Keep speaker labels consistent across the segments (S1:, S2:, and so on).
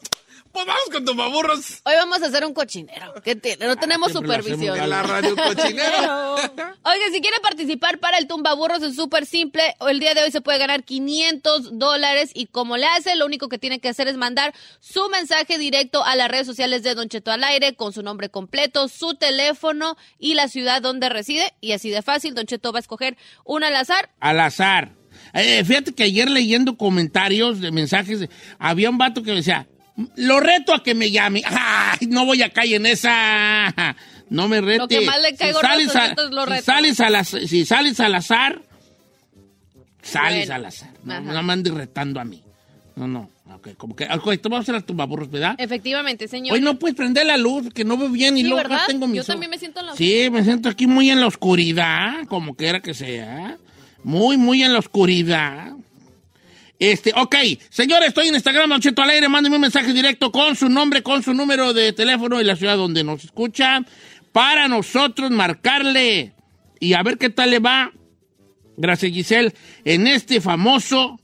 S1: pues vamos con tumbaburros.
S2: Hoy vamos a hacer un cochinero. ¿Qué tiene? No tenemos
S3: siempre lo hacemos
S2: supervisión.
S1: En la radio cochinero.
S2: Oiga, si quiere participar para el tumbaburros es súper simple. El día de hoy se puede ganar 500 dólares y como le hace, lo único que tiene que hacer es mandar su mensaje directo a las redes sociales de Don Cheto al aire con su nombre completo, su teléfono y la ciudad donde reside. Y así de fácil, Don Cheto va a escoger una al azar.
S3: Al azar. Eh, fíjate que ayer leyendo comentarios de mensajes, de- había un vato que decía, lo reto a que me llame. Ay, no voy a caer en esa. No me rete.
S2: Lo que más le cae
S3: si
S2: gordo a
S3: sales,
S2: Don
S3: a-
S2: Cheto es lo
S3: si
S2: reto.
S3: sales al azar, si sales al azar, sales
S2: Bueno.
S3: al azar. No,
S2: Ajá.
S3: no me andes retando a mí. No, no. Ok, como que, ok, esto vamos a hacer la tumbaburros, ¿verdad?
S2: Efectivamente, señor.
S3: Hoy no puedes prender la luz, que no veo bien y
S2: Sí,
S3: luego
S2: ¿verdad?
S3: acá tengo mis
S2: Yo
S3: ojos.
S2: también me siento en la
S3: Sí, me siento aquí muy en la oscuridad, como quiera que sea. Muy, muy en la oscuridad. Este, ok, señores, estoy en Instagram, Don Cheto al aire, mándenme un mensaje directo con su nombre, con su número de teléfono y la ciudad donde nos escucha, para nosotros marcarle y a ver qué tal le va, gracias Giselle, en este famoso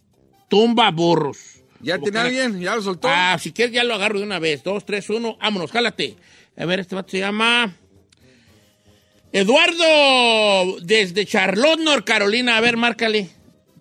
S3: tumba borros.
S1: Ya
S3: Como
S1: tiene
S3: quiera-
S1: alguien, ya lo soltó.
S3: Ah, si quieres ya lo agarro de una vez. Dos, tres, uno, vámonos, jálate. A ver, este vato se llama... Eduardo, desde Charlotte, North Carolina. A ver, márcale.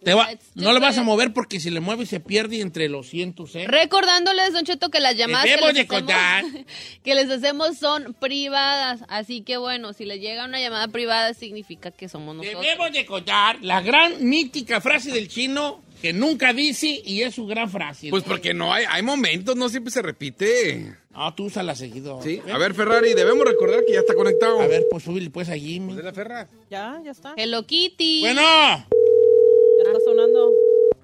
S3: Te va- no lo vas a mover porque si le mueves se pierde entre los cientos, ¿eh?
S2: Recordándoles, Don Cheto, que las llamadas que
S3: Debemos
S2: les,
S3: de contar.
S2: hacemos, que les hacemos son privadas. Así que bueno, si les llega una llamada privada, significa que somos nosotros.
S3: Debemos de contar la gran mítica frase del chino que nunca dice y es su gran frase.
S1: Pues porque no hay, hay momentos, no siempre se repite.
S3: Ah, tú úsala seguido.
S1: Sí. A ver, Ferrari, debemos recordar que ya está conectado.
S3: A ver, pues súbele pues allí. mi-
S1: De la Ferra.
S4: Ya, ya está.
S2: Hello Kitty.
S3: Bueno.
S4: Ya está sonando.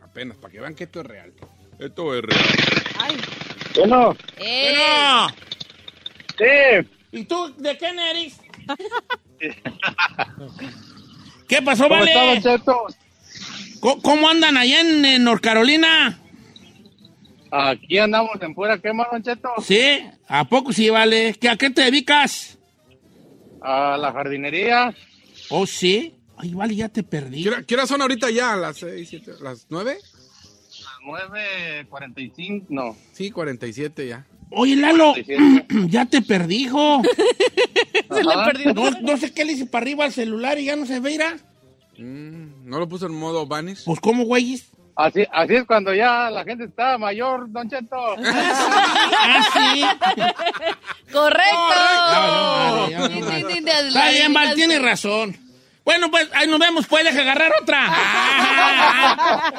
S1: Apenas, para que vean que esto es real. Esto es real.
S4: Ay,
S5: Bueno,
S2: Eh,
S3: Bueno.
S5: sí,
S3: ¿Y tú de qué eres? ¿Qué pasó,
S5: ¿cómo
S3: Vale?
S5: está, Don Cheto?
S3: ¿Cómo, cómo andan allá en, eh, North Carolina?
S5: Aquí andamos en pura quema, Don Cheto,
S3: ¿Sí? ¿A poco sí, Vale? ¿Qué, ¿A qué te dedicas?
S5: a la jardinería.
S3: ¿Oh, sí? Ay, Vale, ya te perdí.
S1: ¿Qué hora- ¿Qué hora son ahorita ya? ¿Las seis, siete, las nueve?
S5: Las 9.45, no.
S1: Sí, 47 ya.
S3: Oye, Lalo,
S5: 47.
S3: ya te perdí, hijo.
S5: Se le perdió.
S3: No, no sé qué le hice para arriba al celular y ya no se ve, irá.
S1: Mm, ¿No lo puso en modo vanish?
S3: Pues, ¿cómo, güey?
S5: Así, así es cuando ya la gente está mayor, Don Cheto.
S3: Ah, sí.
S2: correcto.
S3: No, no, vale, ya no, vale.
S2: Sí, sí, sí, de-
S3: Está bien, Val, tienes razón. Bueno, pues ahí nos vemos, pues deja agarrar otra.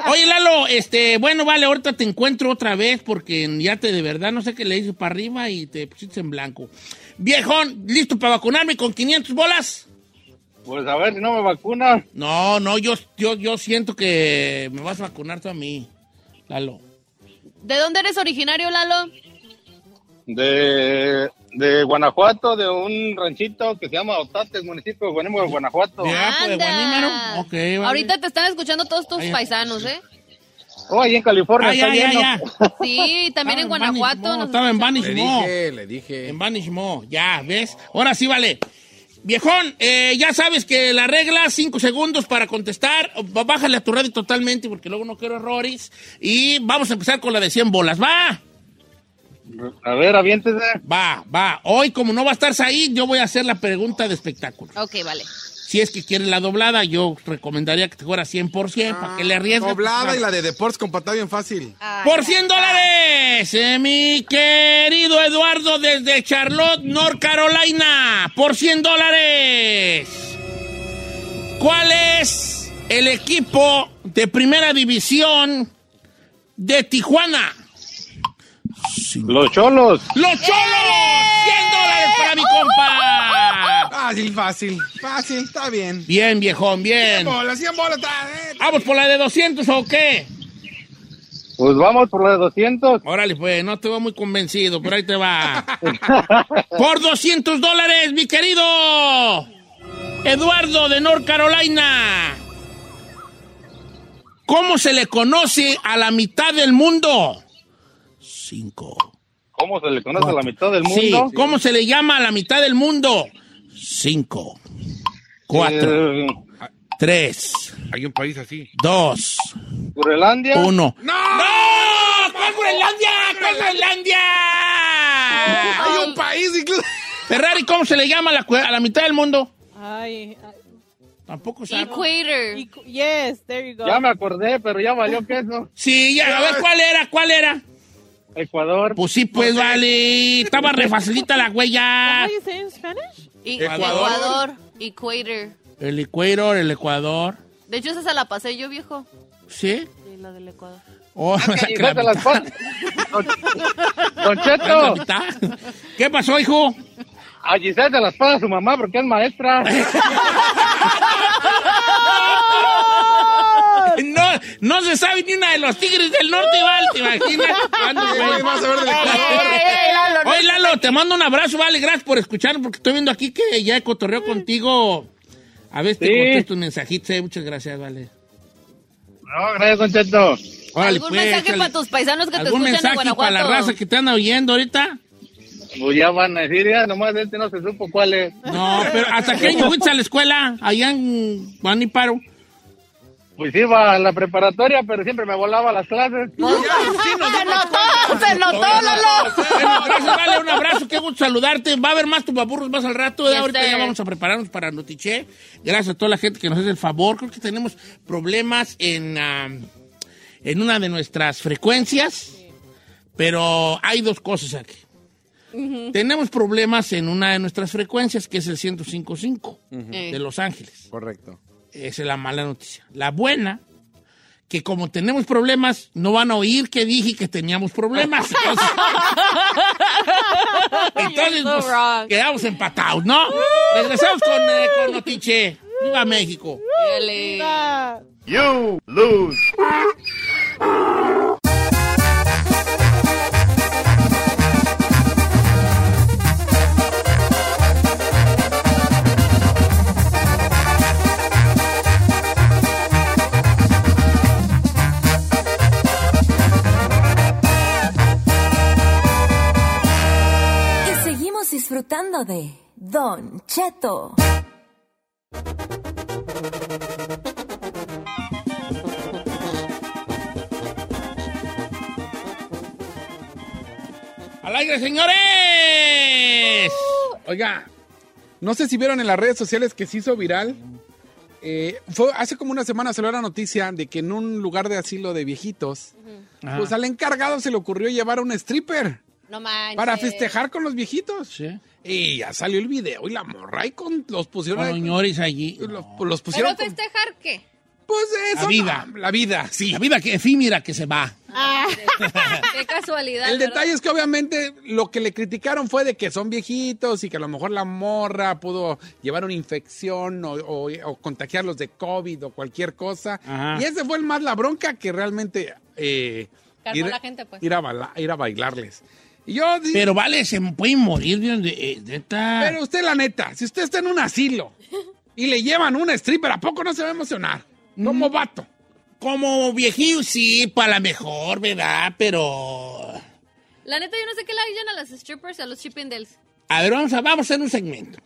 S3: Oye, Lalo, este, bueno, vale, ahorita te encuentro otra vez porque ya te de verdad no sé qué le hice para arriba y te pusiste en blanco. Viejón, ¿listo para vacunarme con 500 bolas?
S5: Pues a ver si no me vacunan.
S3: No, no, yo, yo, yo siento que me vas a vacunar tú a mí, Lalo.
S2: ¿De dónde eres originario, Lalo?
S5: De, de Guanajuato, de un ranchito que se llama Otates, municipio de Guanímaro, Guanajuato.
S3: Ya. Ah, pues, de Guanímaro. Ok, vale.
S2: Ahorita te están escuchando todos tus
S3: Ay,
S2: paisanos, ¿eh?
S5: Oh, ahí en California.
S3: Ay,
S5: está
S3: ay, ay,
S5: lleno.
S3: ay.
S2: Sí, también en
S3: Estaba Vanish
S2: Guanajuato.
S3: Mall,
S2: nos
S3: Estaba en
S2: escuchan.
S3: Vanish
S1: Le
S3: Mall.
S1: dije, le dije.
S3: En Vanish Mo, ya, ¿ves? Ahora sí, vale. Viejón, eh, ya sabes que la regla, cinco segundos para contestar. B- Bájale a tu radio totalmente porque luego no quiero errores. Y vamos a empezar con la de 100 bolas. ¡Va!
S5: A ver, aviéntese.
S3: Va, va. Hoy, como no va a estar Said, yo voy a hacer la pregunta de espectáculo.
S2: Ok, vale.
S3: Si es que quieres la doblada, yo recomendaría que te fuera 100% para que le arriesgues.
S1: Doblada y la de deportes compartida bien fácil.
S3: Por 100 dólares, eh, mi querido Eduardo desde Charlotte, North Carolina. Por 100 dólares. ¿Cuál es el equipo de primera división de Tijuana?
S5: Los cholos.
S3: ¡Los Cholos! ¡100 dólares para mi
S1: Uh,
S3: compa!
S1: Fácil, fácil. uh. Fácil, está bien.
S3: Bien, viejón, bien.
S1: Bola, 100 bolas. está, eh.
S3: ¿Vamos por la de 200 o qué?
S5: Pues vamos por la de 200.
S3: Órale, pues, no te veo muy convencido, pero ahí te va. Por 200 dólares, mi querido Eduardo de North Carolina. ¿Cómo se le conoce a la mitad del mundo? Cinco.
S5: ¿Cómo se le conoce a la mitad del
S3: Sí,
S5: mundo?
S3: ¿cómo se le llama a la mitad del mundo? Cinco. Cuatro.
S5: Eh,
S3: Tres.
S6: Hay un país así.
S3: Dos.
S5: Groenlandia.
S3: Uno. ¡No! ¿Cuál Groenlandia? ¿Cuál Groenlandia?
S1: Hay un país incluso.
S3: Ferrari, ¿cómo se le llama a la, cue- a la mitad del mundo?
S4: Ay.
S3: Tampoco sabe.
S2: Equator.
S4: y- yes, there you go.
S5: Ya me acordé, pero ya valió queso.
S3: Sí, ya, a ver, ¿cuál era? ¿Cuál era?
S5: Ecuador.
S3: Pues sí, pues vale. Estaba re facilita la
S4: How
S3: huella.
S4: you say in Spanish?
S2: Y-
S3: Ah. Ecuador.
S2: Ecuador. Equator.
S3: El Ecuador, el Ecuador.
S2: De hecho, esa se la pasé yo, viejo.
S3: ¿Sí?
S2: Sí, la del Ecuador.
S3: Oh,
S5: Ah, Y
S3: que la
S5: no se las
S3: mitad,
S5: pon- Don, Don
S3: la
S5: Cheto,
S3: mitad. ¿Qué pasó, hijo?
S5: a Giselle se las paga su mamá porque es maestra.
S3: No, no se sabe ni una de los tigres del norte, Val. ¿Te imaginas? ¿Cuándo, güey?
S1: Ahí vas a ver del Ecuador.
S3: Oye, Lalo, te mando un abrazo, vale, gracias por escuchar, porque estoy viendo aquí que ya cotorreo contigo. A ver, si te
S5: Sí.
S3: contesto un mensajito, eh, muchas gracias, vale.
S5: No, gracias, Don Cheto.
S3: Órale,
S2: ¿Algún
S3: pues,
S2: mensaje
S3: échale.
S2: para tus paisanos que te
S3: ¿Algún
S2: escuchan en
S3: mensaje
S2: Guanajuato?
S3: para la raza que te anda oyendo ahorita?
S5: Pues ya van a decir, ya nomás este no se supo cuál es.
S3: No, pero ¿hasta qué año fuiste a la escuela? Allá en Juaníparo.
S5: Pues iba a la preparatoria, pero siempre me volaba las clases.
S2: ¡Se notó! ¡Se notó, Lolo!
S3: Bueno, gracias, vale, un abrazo, qué gusto saludarte. Va a haber más tupaburros más al rato. ¿verdad?
S2: Ya
S3: Ahorita
S2: sé.
S3: ya vamos a prepararnos para Notiche. Gracias a toda la gente que nos hace el favor. Creo que tenemos problemas en, ah, en una de nuestras frecuencias, pero hay dos cosas aquí. Tenemos problemas en una de nuestras frecuencias, que es el 105.5
S2: Eh.
S3: de Los Ángeles.
S1: Correcto.
S3: Esa es la mala noticia. La buena, que como tenemos problemas, no van a oír que dije que teníamos problemas. Entonces, Entonces,
S2: so
S3: pues,
S2: wrong.
S3: quedamos empatados, ¿no? Regresamos con, eh, con Notiche. ¡Viva México!
S2: Dale.
S4: Ah,
S7: Y seguimos disfrutando de Don Cheto.
S3: ¡Al aire, señores!
S1: Uh. Oiga, no sé si vieron en las redes sociales que se hizo viral. Eh, fue hace como una semana salió la noticia de que en un lugar de asilo de viejitos, pues al encargado se le ocurrió llevar a un stripper
S2: No manches.
S1: para festejar con los viejitos.
S3: Sí.
S1: Y ya salió el video y la morra y con los pusieron
S3: Con
S1: ahí-
S3: señores allí.
S1: los, los pusieron
S2: ¿Pero
S1: con-
S2: festejar qué?
S1: pues eso,
S3: La vida.
S1: no, la vida, sí.
S3: La vida que efímera que se va.
S2: Ah. Qué casualidad.
S1: El
S2: ¿verdad?
S1: detalle es que obviamente lo que le criticaron fue de que son viejitos y que a lo mejor la morra pudo llevar una infección o, o- o contagiarlos de COVID o cualquier cosa.
S3: Ajá.
S1: Y ese fue el más la bronca que realmente eh,
S2: Calmó la gente, pues.
S1: ir a bala- ir a bailarles. Y yo di- pero,
S3: Pero vale, se pueden morir de, eh, de, de esta-
S1: usted la neta, si usted está en un asilo y le llevan una stripper, ¿a poco no se va a emocionar?
S3: Mm.
S1: Como vato.
S3: Como viejillo, sí, para la mejor, ¿verdad? Pero...
S2: La neta, yo no sé qué le hagan a las strippers y a los chippendales.
S3: A ver, vamos a, vamos a hacer un segmento.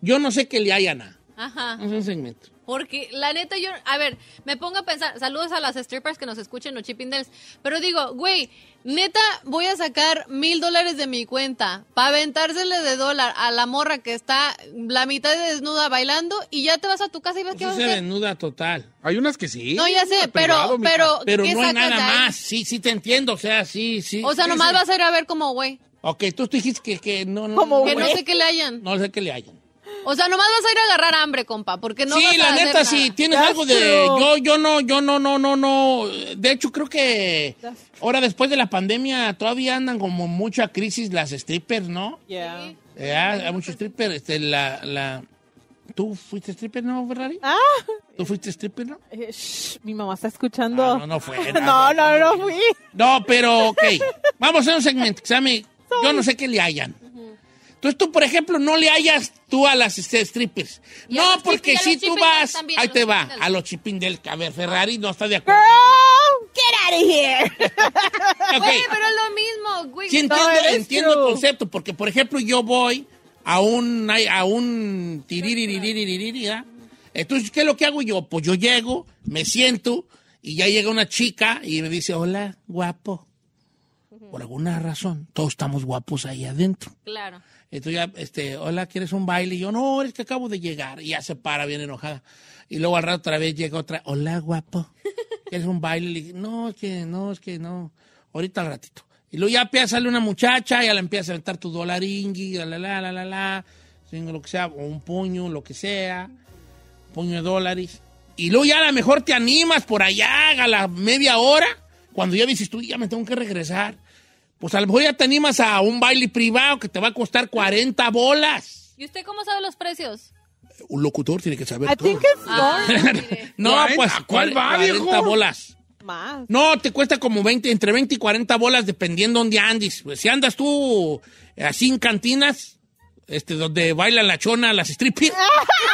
S3: Yo no sé qué le hayan a.
S2: Ajá.
S3: Es un segmento.
S2: Porque la neta, yo, a ver, me pongo a pensar, saludos a las strippers que nos escuchen o chipindels, pero digo, güey, neta, voy a sacar mil dólares de mi cuenta para aventársele de dólar a la morra que está la mitad de desnuda bailando y ya te vas a tu casa y ves que
S3: Eso
S2: vas a
S3: se
S2: hacer.
S3: desnuda total.
S1: Hay unas que sí.
S2: No, ya sé, pero,
S1: privado, mija.
S2: pero,
S3: Pero
S2: ¿qué
S3: no hay
S2: sacas
S3: nada
S2: de ahí?
S3: más. Sí, sí te entiendo. O sea, sí, sí.
S2: O sea,
S3: sí,
S2: nomás
S3: sí.
S2: vas a ir a ver como, güey,
S3: Ok, tú dijiste que, que no, no. eh.
S4: Como
S2: que no
S4: Güey.
S2: sé qué le hayan.
S3: No sé qué le hayan.
S2: O sea, nomás vas a ir a agarrar hambre, compa, porque no vas
S3: sí,
S2: a
S3: la
S2: hacer
S3: neta,
S2: nada.
S3: sí, tienes
S4: That's
S3: algo de...
S4: true.
S3: Yo, yo no, yo no, no, no, no. De hecho, creo que
S4: That's-
S3: ahora después de la pandemia todavía andan como mucha crisis las strippers, ¿no?
S4: Yeah.
S3: Eh, hay hay muchos strippers. Este, la, la... ¿Tú fuiste stripper, no, Ferrari?
S4: Ah,
S3: ¿Tú fuiste stripper, no?
S4: eh, shh, mi mamá está escuchando.
S3: Ah, no, no fue.
S4: no, no, no fui.
S3: No, pero ok. Vamos a hacer un segmento. que se llame Yo no sé qué le hayan. Entonces tú, por ejemplo, no le hayas tú a las este, strippers.
S2: Y a
S3: no,
S2: los
S3: porque
S2: chipindales
S3: si tú
S2: también,
S3: vas...
S2: también, a
S3: ahí
S2: los
S3: te va.
S2: chipindales.
S3: A los chipindel. A ver, Ferrari no está de acuerdo.
S4: Girl, get out of here.
S3: Ok.
S2: Güey, pero es lo mismo, güey.
S3: Sí, entiendo,
S4: No, eres
S3: entiendo el
S4: tú.
S3: concepto, porque, por ejemplo, yo voy a un... A un tiriririririririri, ¿ah? Entonces, ¿qué es lo que hago yo? Pues yo llego, me siento, y ya llega una chica y me dice, hola, guapo. Por alguna razón, todos estamos guapos ahí adentro.
S2: Claro.
S3: Entonces ya, este, hola, ¿quieres un baile? Y yo, no, es que acabo de llegar. Y ya se para bien enojada. Y luego al rato otra vez llega otra, hola, guapo, ¿quieres un baile? Le dije, no, es que no, es que no, ahorita al ratito. Y luego ya empieza a salir una muchacha, ya la empieza a aventar tu dolaringui, la, la, la, la, la, la, tengo lo que sea, o un puño, lo que sea, un puño de dólares. Y luego ya a lo mejor te animas por allá, a la media hora, cuando ya dices tú, ya me tengo que regresar. Pues a lo mejor ya te animas a un baile privado que te va a costar 40 bolas.
S2: ¿Y usted cómo sabe los precios?
S3: Un locutor tiene que saber
S4: I think it's
S2: Ah, mire.
S3: No,
S1: ¿Cuarenta?
S3: pues
S1: ¿Cuál va,
S3: 40
S1: viejo?
S3: bolas.
S4: más.
S3: No, te cuesta como 20, entre 20 y 40 bolas dependiendo dónde andes. Pues si andas tú eh, así en cantinas, este, donde bailan la chona, las strippers.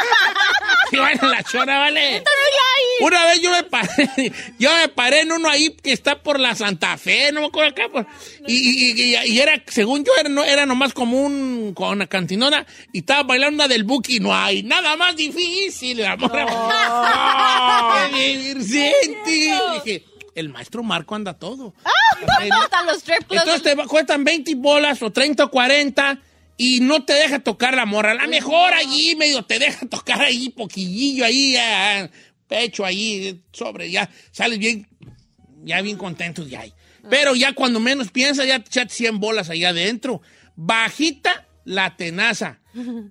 S3: si bailan la chona, vale. Una vez yo me paré, yo me paré en uno ahí que está por la Santa Fe, no me acuerdo acá. por- y, y- y- y era, según yo, era, no, era nomás como un, con una cantinona y estaba bailando una del Buki. No hay nada más difícil, amor. Que vivir sin ti. Dije, el maestro Marco anda todo. Ay, no.
S2: Ah, Hasta los strip clubs.
S3: Entonces te va- cuestan 20 bolas o 30 o 40 y no te deja tocar la morra. A lo mejor allí medio te deja tocar ahí, poquillillo ahí, ah, pecho ahí, sobre, ya sales bien, ya bien contento de ahí. Pero ya cuando menos piensas, ya te echas 100 bolas allá adentro. Bajita la tenaza.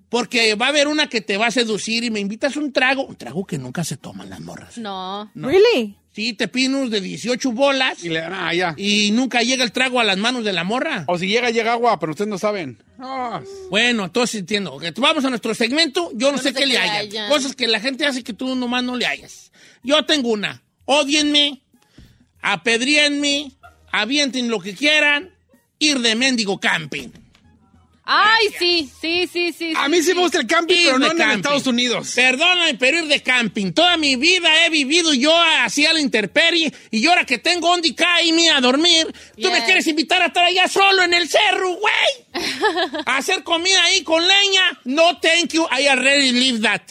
S3: Porque va a haber una que te va a seducir y me invitas un trago. Un trago que nunca se toman las morras.
S2: No.
S4: Really?
S3: Sí, te pinos de 18 bolas
S1: Y le dan, ah, ya.
S3: y nunca llega el trago a las manos de la morra.
S1: O si llega, llega agua, pero ustedes no saben. Ah,
S3: Bueno, entonces entiendo. Ok, Vamos a nuestro segmento. Yo no sé qué le hayas.
S2: hayan.
S3: Cosas que la gente hace que tú nomás no le hayas. Yo tengo una. Odienme, apedríenme, avienten lo que quieran, ir de mendigo camping.
S2: Ay, sí, sí, sí, sí.
S1: a mí sí me gusta el Pues camping,
S3: Ir
S1: pero no
S3: de
S1: en
S3: camping.
S1: Estados Unidos.
S3: Perdóname, pero ir de camping. Toda mi vida he vivido yo así a la intemperie y ahora que tengo donde caerme a dormir, tú me
S2: Yes.
S3: quieres invitar a estar allá solo en el cerro, güey. a hacer comida ahí con leña. No, thank you. I already live that.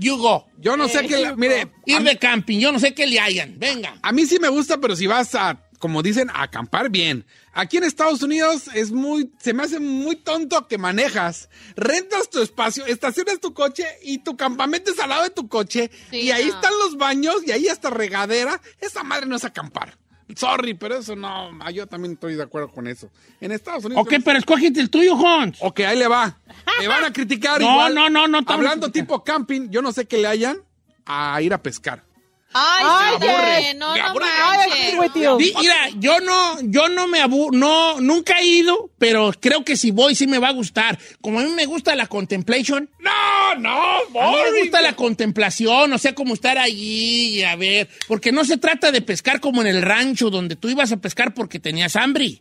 S3: You go.
S1: Yo no sé qué. la- Mire,
S3: Ir de camping, yo no sé qué le hayan. Venga.
S1: a mí sí me gusta, pero si vas a, como dicen, a acampar bien. Aquí en Estados Unidos es muy, se me hace muy tonto que manejas, rentas tu espacio, estacionas tu coche y tu campamento es al lado de tu coche
S2: Sí,
S1: y ahí
S2: no.
S1: están los baños y ahí hasta regadera. Esa madre no es acampar. Sorry, pero eso no, ma, yo también estoy de acuerdo con eso. En Estados Unidos.
S3: Ok, pero escógete el tuyo, Hans.
S1: Ok, ahí le va. Le van a criticar
S3: No,
S1: igual.
S3: no, no, no, estamos-
S1: Hablando tipo camping, yo no sé qué le hayan a ir a pescar.
S2: Ay, sí,
S4: Ay,
S2: hombre,
S4: ya.
S2: no,
S1: Ya,
S2: no
S1: aburre,
S4: I
S2: manches.
S4: agree with you.
S3: Di- Mira, yo no, yo no me abu no, nunca he ido, pero creo que si voy sí me va a gustar. Como a mí me gusta la contemplation,
S1: No, no,
S3: A mí me
S1: boring.
S3: gusta la contemplación, o sea, como estar allí y a ver, porque no se trata de pescar como en el rancho donde tú ibas a pescar porque tenías hambre.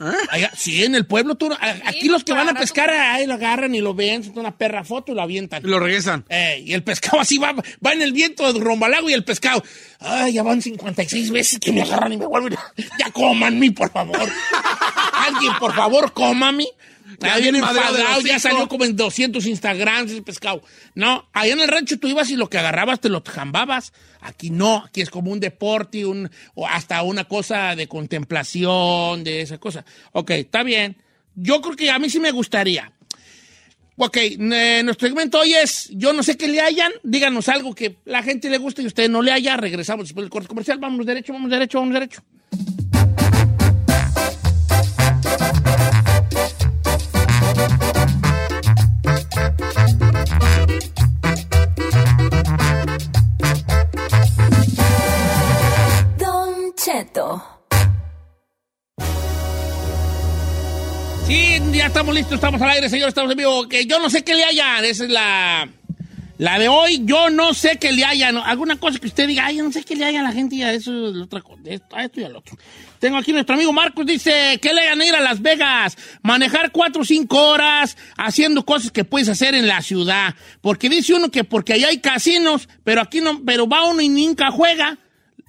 S1: ¿Ah?
S3: Allá- sí, en el pueblo tú, no- a- aquí los que
S1: pues,
S3: van a
S2: para rato.
S3: pescar, ahí lo agarran y lo ven, son una perra foto y lo avientan.
S1: Y lo regresan.
S3: Eh, y el pescado así va, va en el viento rumbo al lago y el pescado. Ay, ya van 56 veces que me agarran y me vuelven. a- Ya coman mí, por favor. Alguien, por favor, cómame.
S1: Ya
S3: Ya viene
S1: bien madreado de
S3: enfadado,
S1: los
S3: ya
S1: hijos.
S3: salió como en 200 Instagrams ese pescado. No, ahí en el rancho tú ibas y lo que agarrabas te lo jambabas. Aquí no, aquí es como un deporte, un, o hasta una cosa de contemplación, de esa cosa. Ok, está bien. Yo creo que a mí sí me gustaría. Ok, eh, nuestro segmento hoy es, yo no sé qué le hayan, díganos algo que la gente le guste y usted no le haya, regresamos después del corte comercial, vamos derecho, vamos derecho, vamos derecho.
S7: Don Cheto.
S3: Sí, ya estamos listos, estamos al aire, señor, estamos en vivo. Que yo no sé qué le hayan, esa es la, la de hoy. Yo no sé qué le hayan. Alguna cosa que usted diga, ay, yo no sé qué le hayan a la gente y a eso, es la otra cosa, esto, a esto y al otro. Tengo aquí nuestro amigo Marcos, dice, ¿qué le hayan ir a Las Vegas? Manejar cuatro o cinco horas haciendo cosas que puedes hacer en la ciudad. Porque dice uno que porque allá hay casinos, pero aquí no, pero va uno y nunca juega.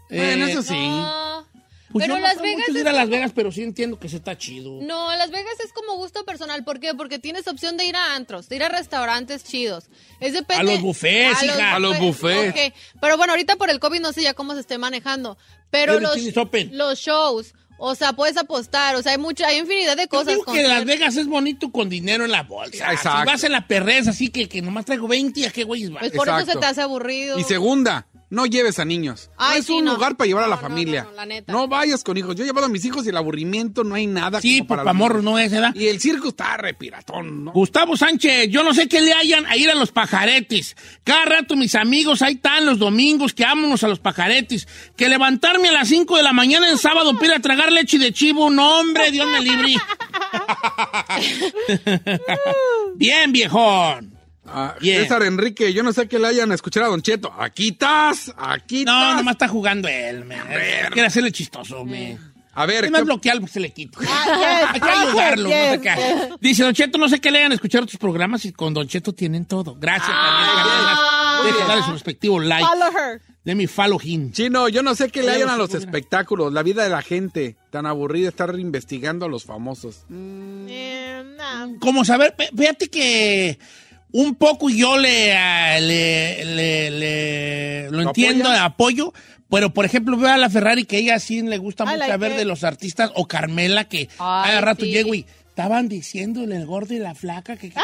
S1: Bueno,
S3: Eh,
S1: eso sí.
S2: No.
S3: pues
S2: pero
S3: yo no
S2: Las
S3: soy mucho
S2: Vegas
S3: de
S2: es
S3: ir a Las Vegas, pero sí entiendo que se está chido.
S2: No, Las Vegas es como gusto personal. ¿Por qué? Porque tienes opción de ir a antros, de ir a restaurantes chidos. Es depende-
S3: A los buffets, hija.
S1: A los buffets.
S2: Ok. Pero bueno, ahorita por el COVID no sé ya cómo se esté manejando. Pero los,
S3: Everything is open.
S2: los shows, o sea, puedes apostar, o sea, hay mucha, hay infinidad de
S3: Yo
S2: cosas.
S3: digo
S2: con-
S3: que Las Vegas es bonito con dinero en la bolsa.
S1: Exacto.
S3: Si vas en la perreza, así que, que nomás traigo 20, ¿a qué güeyes vas?
S2: Pues por eso se
S1: Exacto.
S2: te hace aburrido.
S1: Y segunda, no lleves a niños.
S2: Ay,
S1: no es
S2: sí,
S1: un
S2: no.
S1: lugar para llevar a la
S2: No, no,
S1: familia.
S2: no, no, la neta.
S1: No vayas con hijos. Yo he llevado a mis hijos y el aburrimiento no hay nada.
S3: sí,
S1: como para los
S3: papamorro,
S1: niños.
S3: no es, ¿verdad?
S1: Y el circo está repiratón, ¿no?
S3: Gustavo Sánchez, yo no sé qué le hayan a ir a los pajaretes. Cada rato mis amigos ahí están los domingos que ámonos a los pajaretes. Que levantarme a las 5 de la mañana en sábado para ir a tragar leche de chivo. No, hombre, Dios me libre. Bien, viejón.
S1: Ah,
S3: Bien.
S1: César Enrique, yo no sé qué le hayan escuchado a Don Cheto. Aquí estás, aquí
S3: No,
S1: estás.
S3: nomás está jugando él, me. Quiere hacerle chistoso, me.
S1: A ver,
S3: Es más
S1: ¿qué-
S3: bloquearlo que se le quita.
S4: Ah,
S3: Hay
S4: yes,
S3: que ayudarlo,
S4: yes,
S3: no te creas. Dice Don Cheto, no sé qué le hagan a escuchar otros programas y con Don Cheto tienen todo. Gracias
S1: Ah,
S2: Ah.
S3: también. Dejen darle su respectivo like.
S4: Follow her.
S3: Let me follow him.
S1: Chino, yo no sé qué le
S3: Claro,
S1: hayan a
S3: sí,
S1: los
S3: mira.
S1: espectáculos, la vida de la gente. Tan aburrida estar investigando a los famosos.
S4: Eh, nah.
S2: Mm.
S3: Como saber, fe- fíjate que un poco yo le, ah, le, le- le- lo
S1: ¿Lo
S3: entiendo,
S1: apoyas?
S3: apoyo, pero por ejemplo veo a la Ferrari que ella sí le gusta
S4: I
S3: mucho
S4: like
S3: saber
S4: it.
S3: de los artistas o Carmela que
S2: Ah, Ay,
S3: cada rato
S2: sí.
S3: llego y estaban diciéndole el gordo y la flaca que, que-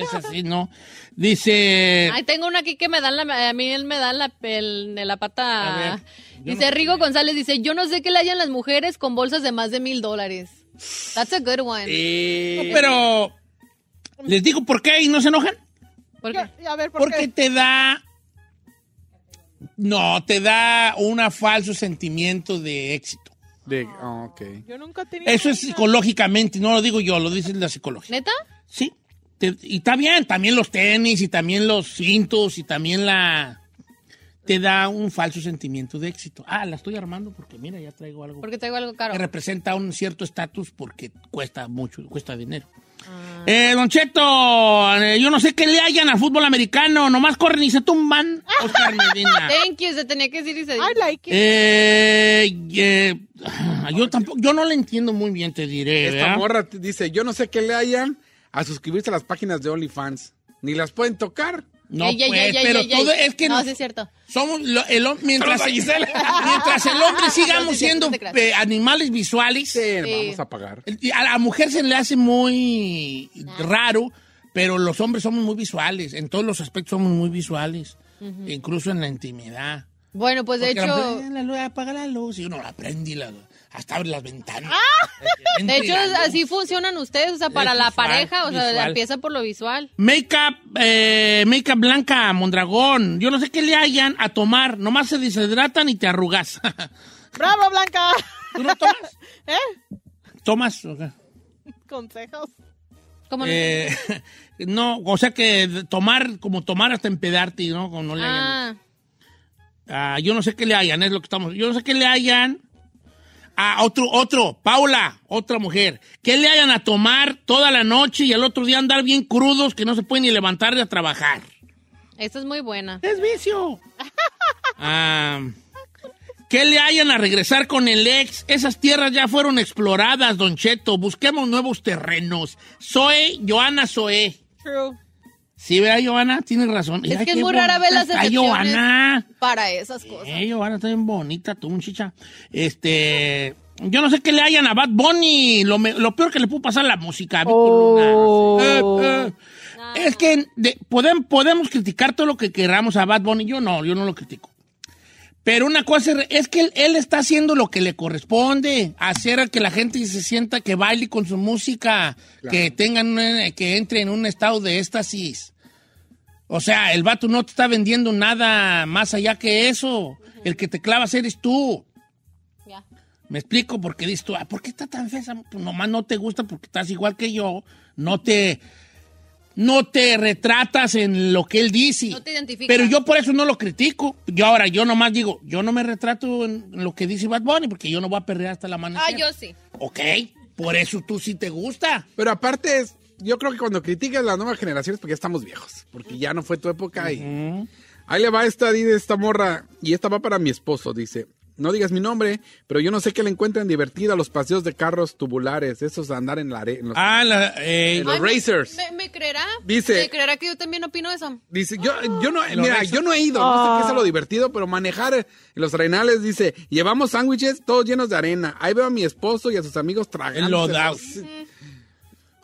S3: es así, ¿no? Dice...
S2: Ay, tengo una aquí que me dan la, a mí él me dan la, el- de la
S3: A
S2: pata.
S3: ver, yo
S2: Dice
S3: no-
S2: Rigo González, dice, yo no sé qué le hayan las mujeres con bolsas de más de mil dólares. That's a good one.
S3: No, eh, pero les digo por qué y no se enojan.
S2: ¿Por qué?
S4: Yo- A ver, ¿por
S3: Porque
S4: qué?
S3: te da. No, te da un falso sentimiento de éxito.
S1: De, ah, ok.
S4: Yo nunca tenía.
S3: Eso es psicológicamente, no lo digo yo, lo dice la psicología.
S2: ¿Neta?
S3: Sí. Te- y está bien, también los tenis y también los cintos y también la. Te da un falso sentimiento de éxito. Ah, la estoy armando porque mira, ya traigo algo.
S2: Porque traigo algo
S3: que
S2: caro.
S3: representa un cierto estatus porque cuesta mucho, cuesta dinero.
S2: Ah.
S3: Eh, don Cheto, eh, yo no sé qué le hayan al fútbol americano, nomás corren y se tumban. Oscar Medina.
S2: Thank you, se tenía que decir y se dijo.
S4: I like it.
S3: Eh, eh,
S2: Ah.
S3: yo tampoco, yo no le entiendo muy bien, te diré.
S1: Esta
S3: ¿verdad?
S1: morra te dice, yo no sé qué le hayan a suscribirse a las páginas de OnlyFans. Ni las pueden tocar.
S3: No,
S2: Ey, ey,
S3: pues,
S2: ey, ey,
S3: pero
S2: ey, ey.
S3: todo es que
S2: No,
S3: nos-
S2: sí es cierto.
S3: somos lo- eh, el hom- mientras,
S1: Saludos a Gisela.
S3: mientras el hombre
S2: No,
S3: sigamos
S2: sí, sí,
S3: siendo
S2: no te creas.
S3: eh, animales visuales.
S1: Sí, Vamos a pagar.
S3: Y A la mujer se le hace muy
S2: Ah.
S3: raro, pero los hombres somos muy visuales. En todos los aspectos somos muy visuales, incluso en la intimidad.
S2: Bueno, pues de
S3: Porque la
S2: hecho,
S3: mujer, "Eh, la luz, apaga la luz. Y uno la prende y la- hasta abre las ventanas.
S4: Ah.
S2: de hecho así funcionan ustedes, o sea, para
S3: Es
S2: la
S3: visual,
S2: pareja, o sea,
S3: visual.
S2: empieza por lo visual.
S3: Makeup, eh, makeup blanca, Mondragón. Yo no sé qué le hayan a tomar. Nomás se deshidratan y te arrugas.
S4: ¡Bravo, Blanca!
S3: ¿Tú no tomas?
S4: ¿Eh?
S3: ¿Tomas? o qué?
S4: Consejos.
S2: ¿Cómo no?
S3: Eh, no, o sea que tomar, como tomar hasta empedarte, ¿no? Como no le hayan-
S2: ah,
S3: Ah, yo no sé qué le hayan, es lo que estamos. Yo no sé qué le hayan. A otro, otro, Paula, otra mujer. Que le hayan a tomar toda la noche y al otro día andar bien crudos que no se pueden ni levantar de a trabajar.
S2: esta es muy buena.
S3: Es vicio. Ah, que le hayan a regresar con el ex. Esas tierras ya fueron exploradas, Don Cheto. Busquemos nuevos terrenos. Zoe, Joana Zoe.
S4: True.
S3: Sí, ¿verdad, Joana? Tienes razón.
S2: Es
S3: Ay,
S2: que es
S3: qué
S2: muy rara ver
S3: bonita
S2: las
S3: está
S2: excepciones.
S3: Joana.
S2: Para esas cosas.
S3: Eh, Joana está bien bonita, tú, muchacha. Este. Yo no sé qué le hayan a Bad Bunny. Lo, me- lo peor que le pudo pasar a la música. a Víctor
S4: Oh.
S3: Luna. Eh, eh. Es que de- podem- podemos criticar todo lo que queramos a Bad Bunny. Yo no, yo no lo critico. Pero una cosa es re- es que él, él está haciendo lo que le corresponde, hacer a que la gente se sienta que baile con su música, que tengan una- que entre en un estado de éxtasis. O sea, el vato no te está vendiendo nada más allá que eso. El que te clavas eres tú.
S2: Ya.
S3: Me explico porque dices tú, "Ah, ¿por qué está tan fea? esa mu-?" Pues nomás no te gusta porque estás igual que yo. No te, no te retratas en lo que él dice.
S2: No te identificas.
S3: Pero yo por eso no lo critico. Yo ahora, yo nomás digo, yo no me retrato en lo que dice Bad Bunny porque yo no voy a perder hasta la mañana.
S2: Ah, yo sí.
S3: Ok, por eso tú sí te gusta.
S1: Pero aparte es, yo creo que cuando criticas las nuevas generaciones porque ya estamos viejos, porque ya no fue tu época y ahí le va esta dice esta morra y esta va para mi esposo, dice. No digas mi nombre, pero yo no sé qué le encuentran divertido a los paseos de carros tubulares, esos de andar en la arena.
S3: Ah, la, eh,
S1: Los
S2: Ay, me-
S1: Racers.
S2: Me, me creerá?
S1: Dice-
S2: ¿Me creerá que yo también opino eso?
S1: Dice, yo, yo no,
S3: Los
S1: mira,
S3: Racers.
S1: yo no he ido, no sé
S2: Ah.
S1: qué es lo divertido, pero manejar en los arenales, dice, llevamos sándwiches todos llenos de arena. Ahí veo a mi esposo y a sus amigos tragando.
S3: Enlodados.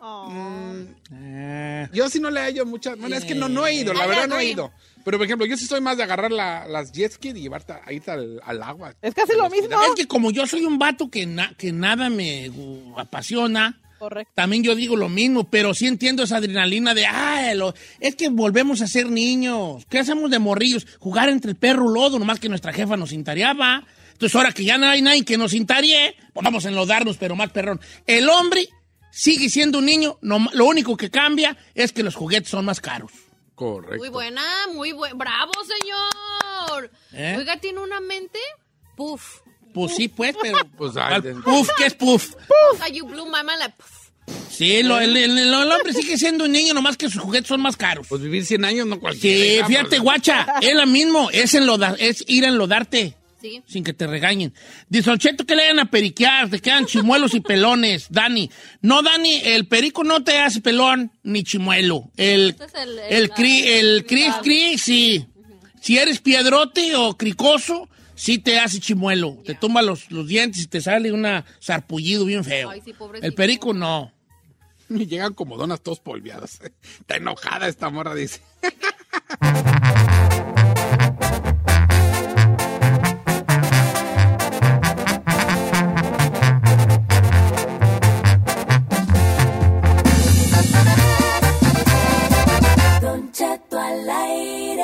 S2: Mm,
S3: eh,
S1: Yo sí no le hallo muchas. Bueno, es que no, no he ido, la
S2: I
S1: verdad no he
S2: agree.
S1: ido. Pero, por ejemplo, yo sí soy más de agarrar la- las jet ski y llevarte ahí al, al agua.
S4: Es casi lo mismo.
S3: Este, Es que como yo soy un vato que, na- que nada me uh, apasiona,
S4: Correcto.
S3: también yo digo lo mismo, pero sí entiendo esa adrenalina de, ah, lo- es que volvemos a ser niños. ¿Qué hacemos de morrillos? Jugar entre el perro y lodo, nomás que nuestra jefa nos intareaba. Entonces, ahora que ya no hay nadie que nos intarie, pues vamos a enlodarnos, pero más perrón. El hombre sigue siendo un niño, no- lo único que cambia es que los juguetes son más caros.
S1: Correcto.
S2: Muy buena, muy buena. ¡Bravo, señor!
S3: ¿Eh?
S2: Oiga, tiene una mente. Puf.
S3: Pues sí, pues, pero.
S1: Pues, ay, de-
S3: puff, ¿qué es puff?
S2: O sea, you blew my mind. like, puf.
S3: Sí, lo- el, el- el- el hombre sigue siendo un niño, nomás que sus juguetes son más caros.
S1: Pues vivir 100 años no cualquiera.
S3: Sí,
S1: digamos.
S3: fíjate, guacha, es lo mismo, es, enloda- es ir a enlodarte
S2: Sí.
S3: sin que te regañen. Dice, "Don Cheto, que le hagan a periquear, te quedan chimuelos y pelones, Dani. No, Dani, el perico no te hace pelón ni chimuelo. El,
S2: Este es el- el-
S3: el, cri- el cris
S2: la-
S3: cris, sí. Si eres piedrote o cricoso, sí te hace chimuelo. Te tumba los, los dientes y te sale una sarpullido bien feo.
S2: Ay, sí, pobrecito.
S3: el perico no.
S1: Y llegan como donas todos polviadas. Está enojada esta morra, dice.
S7: Don Cheto al aire.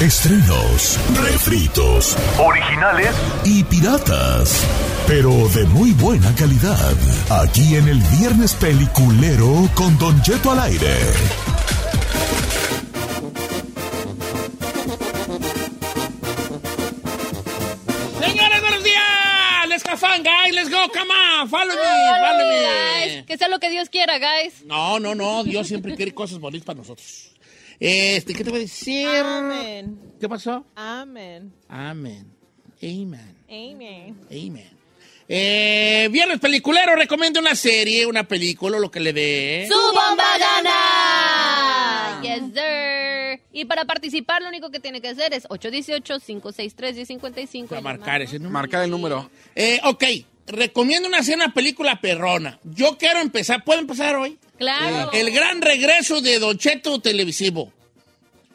S8: Estrenos, refritos, originales y piratas, pero de muy buena calidad. Aquí en el Viernes Peliculero con Don Jeto al aire.
S3: Señores, buenos días. Let's go, fan, guys. Let's go. Come on. Follow me. Follow
S2: Guys,
S3: me.
S2: que sea lo que Dios quiera, guys.
S3: No, no, no. Dios siempre quiere cosas bonitas para nosotros. Este, ¿qué te voy a decir?
S4: Amén.
S3: ¿Qué pasó?
S4: Amén.
S3: Amén. Amen.
S4: Amen.
S3: Amen. Eh, viernes peliculero, recomienda una serie, una película, lo que le dé.
S2: ¡Su bomba gana! Yes, sir. Y para participar, lo único que tiene que hacer es 818-563-1055.
S3: Para marcar ese número.
S1: Marcar el número.
S3: Eh, ok, recomiendo una serie, una película perrona. Yo quiero empezar, ¿puedo empezar hoy?
S2: Claro.
S3: El gran regreso de Don Cheto televisivo.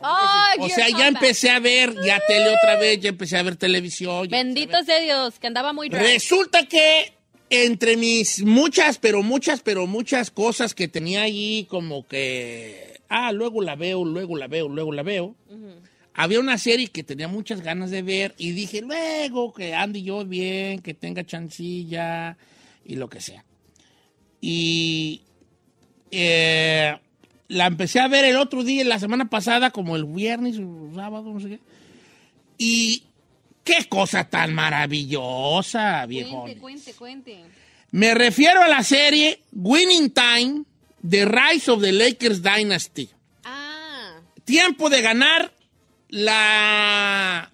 S2: Ay,
S3: O
S2: Dios,
S3: sea, ya
S2: compa.
S3: empecé a ver, ya tele otra vez, ya empecé a ver televisión. ya-
S2: Bendito sea Dios, que andaba muy dry.
S3: Resulta que entre mis muchas, pero muchas, pero muchas cosas que tenía ahí, como que, ah, luego la veo, luego la veo, luego la veo, había una serie que tenía muchas ganas de ver y dije, luego que ande yo bien, que tenga chancilla y lo que sea. Y eh, la empecé a ver el otro día, la semana pasada, como el viernes o sábado, no sé qué. Y qué cosa tan maravillosa, viejo.
S2: Cuente, cuente, cuente.
S3: Me refiero a la serie Winning Time, The Rise of the Lakers Dynasty.
S2: Ah,
S3: Tiempo de ganar la...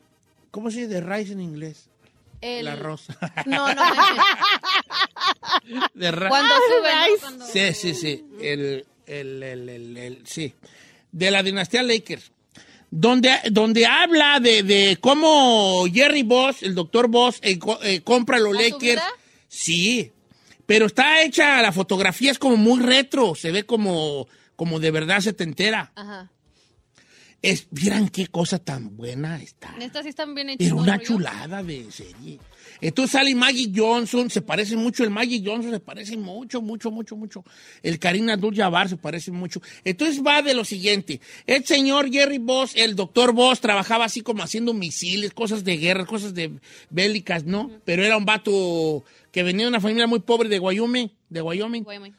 S3: ¿Cómo se dice The Rise en inglés?
S2: el...
S3: La rosa.
S2: No, no, no.
S3: The Ri-
S2: Cuando sube, ¿no?
S4: nice.
S2: Cuando-
S3: Sí, sí, sí. El, el, el, el- el- sí. De la dinastía Lakers. Donde, donde habla de, de cómo Jerry Boss, el doctor Boss, eh, co- eh, compra los
S2: ¿A su
S3: Lakers.
S2: vida?
S3: Sí. Pero está hecha, la fotografía es como muy retro. Se ve como, como de verdad se te entera.
S2: Ajá.
S3: Es, miran qué cosa tan buena está.
S2: Estas sí están bien hechas.
S3: Era una
S2: ¿no, Río?
S3: chulada de serie. Entonces sale Maggie Johnson, se parece mucho, el Maggie Johnson se parece mucho, mucho, mucho, mucho. El Karina Abdul-Jabbar se parece mucho. Entonces va de lo siguiente, el señor Jerry Boss, el doctor Boss, trabajaba así como haciendo misiles, cosas de guerra, cosas de bélicas, ¿no? Pero era un vato que venía de una familia muy pobre de Wyoming, de Wyoming.
S2: Güey, güey.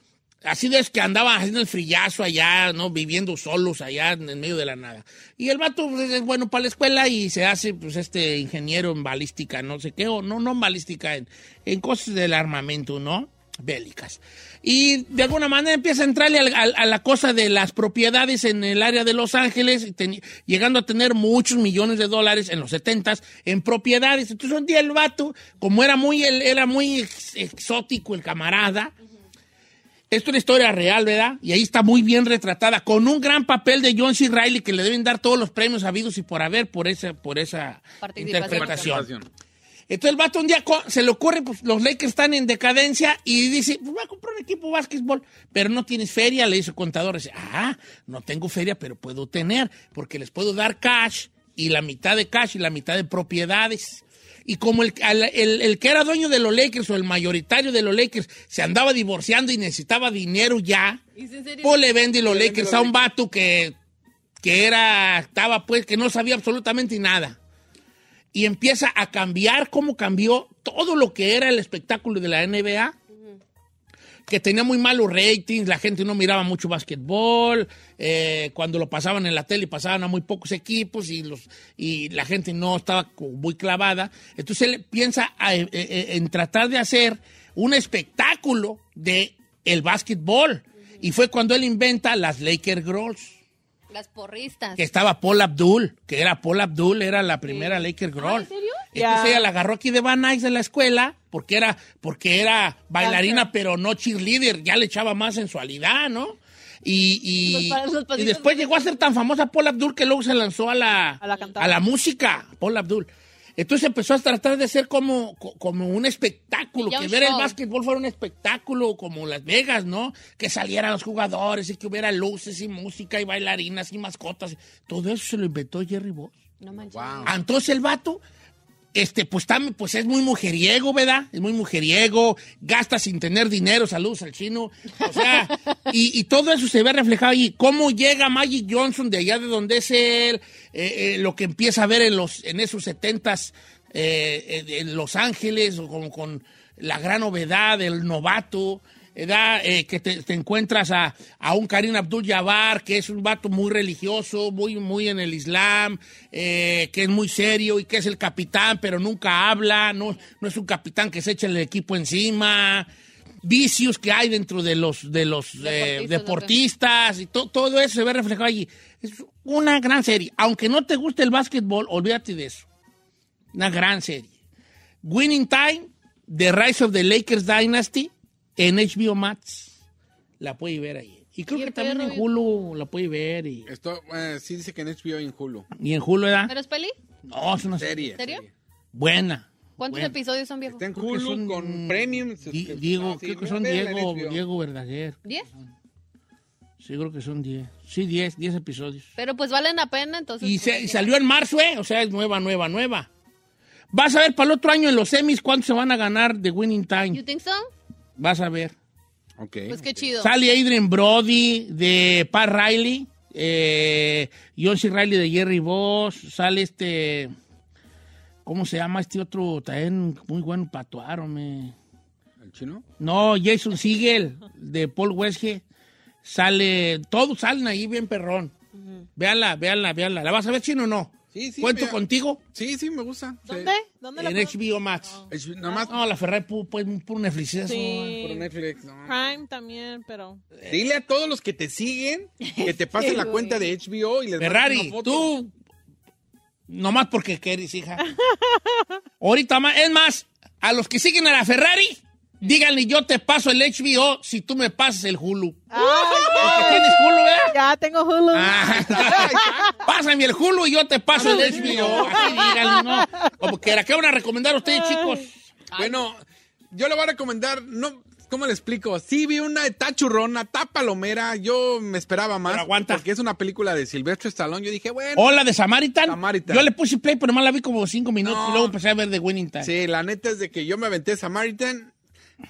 S3: Así de es que andaba haciendo el frillazo allá, ¿no? Viviendo solos allá en el medio de la nada. Y el vato pues, es bueno para la escuela y se hace, pues, este ingeniero en balística, no sé qué, o no, no en balística, en, en cosas del armamento, ¿no? Bélicas. Y de alguna manera empieza a entrarle al- al- a, la cosa de las propiedades en el área de Los Ángeles, y teni- llegando a tener muchos millones de dólares en los 70s en propiedades. Entonces un día el vato, como era muy, el- era muy ex- exótico el camarada, esto es una historia real, ¿verdad? Y ahí está muy bien retratada, con un gran papel de John C. Reilly que le deben dar todos los premios habidos y por haber por esa, por esa
S2: Participación.
S3: interpretación. Entonces el vato un día co- se le ocurre, pues los Lakers están en decadencia y dice, pues voy a comprar un equipo de básquetbol, pero no tienes feria, le dice el contador, dice, ah, no tengo feria, pero puedo tener, porque les puedo dar cash y la mitad de cash y la mitad de propiedades. Y como el, al- el- el que era dueño de los Lakers o el mayoritario de los Lakers se andaba divorciando y necesitaba dinero ya,
S2: ¿Es en serio?
S3: pues le vende los Lakers a un vato que, que era, estaba pues, que no sabía absolutamente nada. Y empieza a cambiar cómo cambió todo lo que era el espectáculo de la NBA. Que tenía muy malos ratings, la gente no miraba mucho básquetbol, eh, cuando lo pasaban en la tele pasaban a muy pocos equipos y, los, y la gente no estaba como muy clavada. Entonces él piensa a- eh, eh, en tratar de hacer un espectáculo de el básquetbol. Y fue cuando él inventa las Laker Girls
S2: Las porristas.
S3: que estaba Paul Abdul, que era Paul Abdul, era la primera Laker Girl.
S2: Ah, ¿en serio?
S3: Entonces
S4: Ya.
S3: ella la agarró aquí de Van Nuys de la escuela, porque era, porque era bailarina, pero no cheerleader, ya le echaba más sensualidad, ¿no? Y, y-
S2: Los pa- los
S3: y
S2: pasitos
S3: después
S2: de-
S3: llegó a ser tan famosa Paul Abdul que luego se lanzó a la,
S4: A la cantada.
S3: música, Paul Abdul. Entonces empezó a tratar de ser como, co- como un espectáculo,
S2: Ya
S3: que
S2: un
S3: ver el
S2: show.
S3: básquetbol fuera un espectáculo como Las Vegas, ¿no? Que salieran los jugadores y que hubiera luces y música y bailarinas y mascotas. Todo eso se lo inventó Jerry Boss.
S2: No manches.
S3: Ah, Entonces el vato, este, pues, tam- pues es muy mujeriego, ¿verdad? Es muy mujeriego, gasta sin tener dinero, saludos al chino. O sea, y, y todo eso se ve reflejado allí. ¿Cómo llega Magic Johnson de allá de donde es él? Eh, eh, lo que empieza a ver en, los, en esos setentas eh, en Los Ángeles, o como con la gran novedad del novato. ¿verdad? Eh, que te, te encuentras a, a un Karim Abdul-Jabbar, que es un vato muy religioso, muy, muy en el Islam, eh, que es muy serio y que es el capitán, pero nunca habla, no, no es un capitán que se echa el equipo encima, vicios que hay dentro de los, de los eh,
S2: Deportistas,
S3: deportistas, y to- todo eso se ve reflejado allí. Es Una gran serie. Aunque no te guste el básquetbol, olvídate de eso. Una gran serie. Winning Time, The Rise of the Lakers Dynasty en HBO Max. La puede ver ahí. Y creo
S1: ¿Y el
S3: que también
S1: perro,
S3: en Hulu la puede ver. Y,
S1: Esto, eh, sí dice que en HBO y en Hulu.
S3: y en Hulu, ¿verdad?
S2: ¿Pero es peli?
S3: No, es una
S1: Serie.
S2: ¿En serio?
S3: buena.
S2: ¿Cuántos
S3: Bueno.
S2: episodios son viejos?
S1: Está en
S3: que
S1: Hulu
S3: son-
S1: con Premium.
S3: Di-
S1: Ah,
S3: Diego, creo que son Diego, Diego Verdaguer.
S2: ¿Diez?
S3: Sí, creo que son 10. Sí, 10, 10 episodios.
S2: Pero pues valen la pena, entonces.
S3: Y, se- y salió en marzo, ¿eh? O sea, es nueva, nueva, nueva. Vas a ver para el otro año en los semis cuántos se van a ganar de Winning Time.
S2: ¿You think so?
S3: Vas a ver.
S1: Ok.
S2: Pues qué chido.
S3: Sale Adrian Brody de Pat Riley, eh, John C. Riley de Jerry Voss, sale este, ¿cómo se llama este otro también muy bueno para actuar, hombre?
S1: ¿El chino?
S3: No, Jason Siegel de Paul Wesge, sale, todos salen ahí bien perrón. Véala, véala, véala. ¿La vas a ver chino o no?
S1: Sí, sí,
S3: ¿Cuento
S1: me-
S3: contigo?
S1: Sí, sí, me gusta.
S4: ¿Dónde? ¿Dónde la
S3: En
S4: puedo-
S3: HBO Max.
S1: Sí. Nomás
S3: No, la Ferrari pu- pues por Netflix. eso.
S4: Sí.
S1: por Netflix. no.
S4: Prime también, pero.
S1: Dile a todos los que te siguen que te pasen la cuenta de HBO y les mandes una
S3: Ferrari,
S1: foto.
S3: tú. Nomás porque querés, hija. Ahorita más. Es más, a los que siguen a la Ferrari, díganle yo te paso el HBO si tú me pasas el Hulu. Porque ¿Tienes Hulu, verdad?
S4: Ah, Ya tengo Hulu.
S3: Ah, Pásame el Hulu y yo te paso el HBO. Así díganle, ¿no? Como que la que van a recomendar a ustedes, chicos.
S1: Bueno, yo le voy a recomendar, no, ¿cómo le explico? Sí vi una tachurrona, tapalomera, yo me esperaba más.
S3: Pero aguanta.
S1: Porque es una película de Silvestre Stallone, yo dije, bueno.
S3: Hola de Samaritan.
S1: Samaritan.
S3: Yo le puse play, pero nomás la vi como cinco minutos
S1: No.
S3: y luego empecé a ver The Winning Time.
S1: Sí, la neta es de que yo me aventé Samaritan,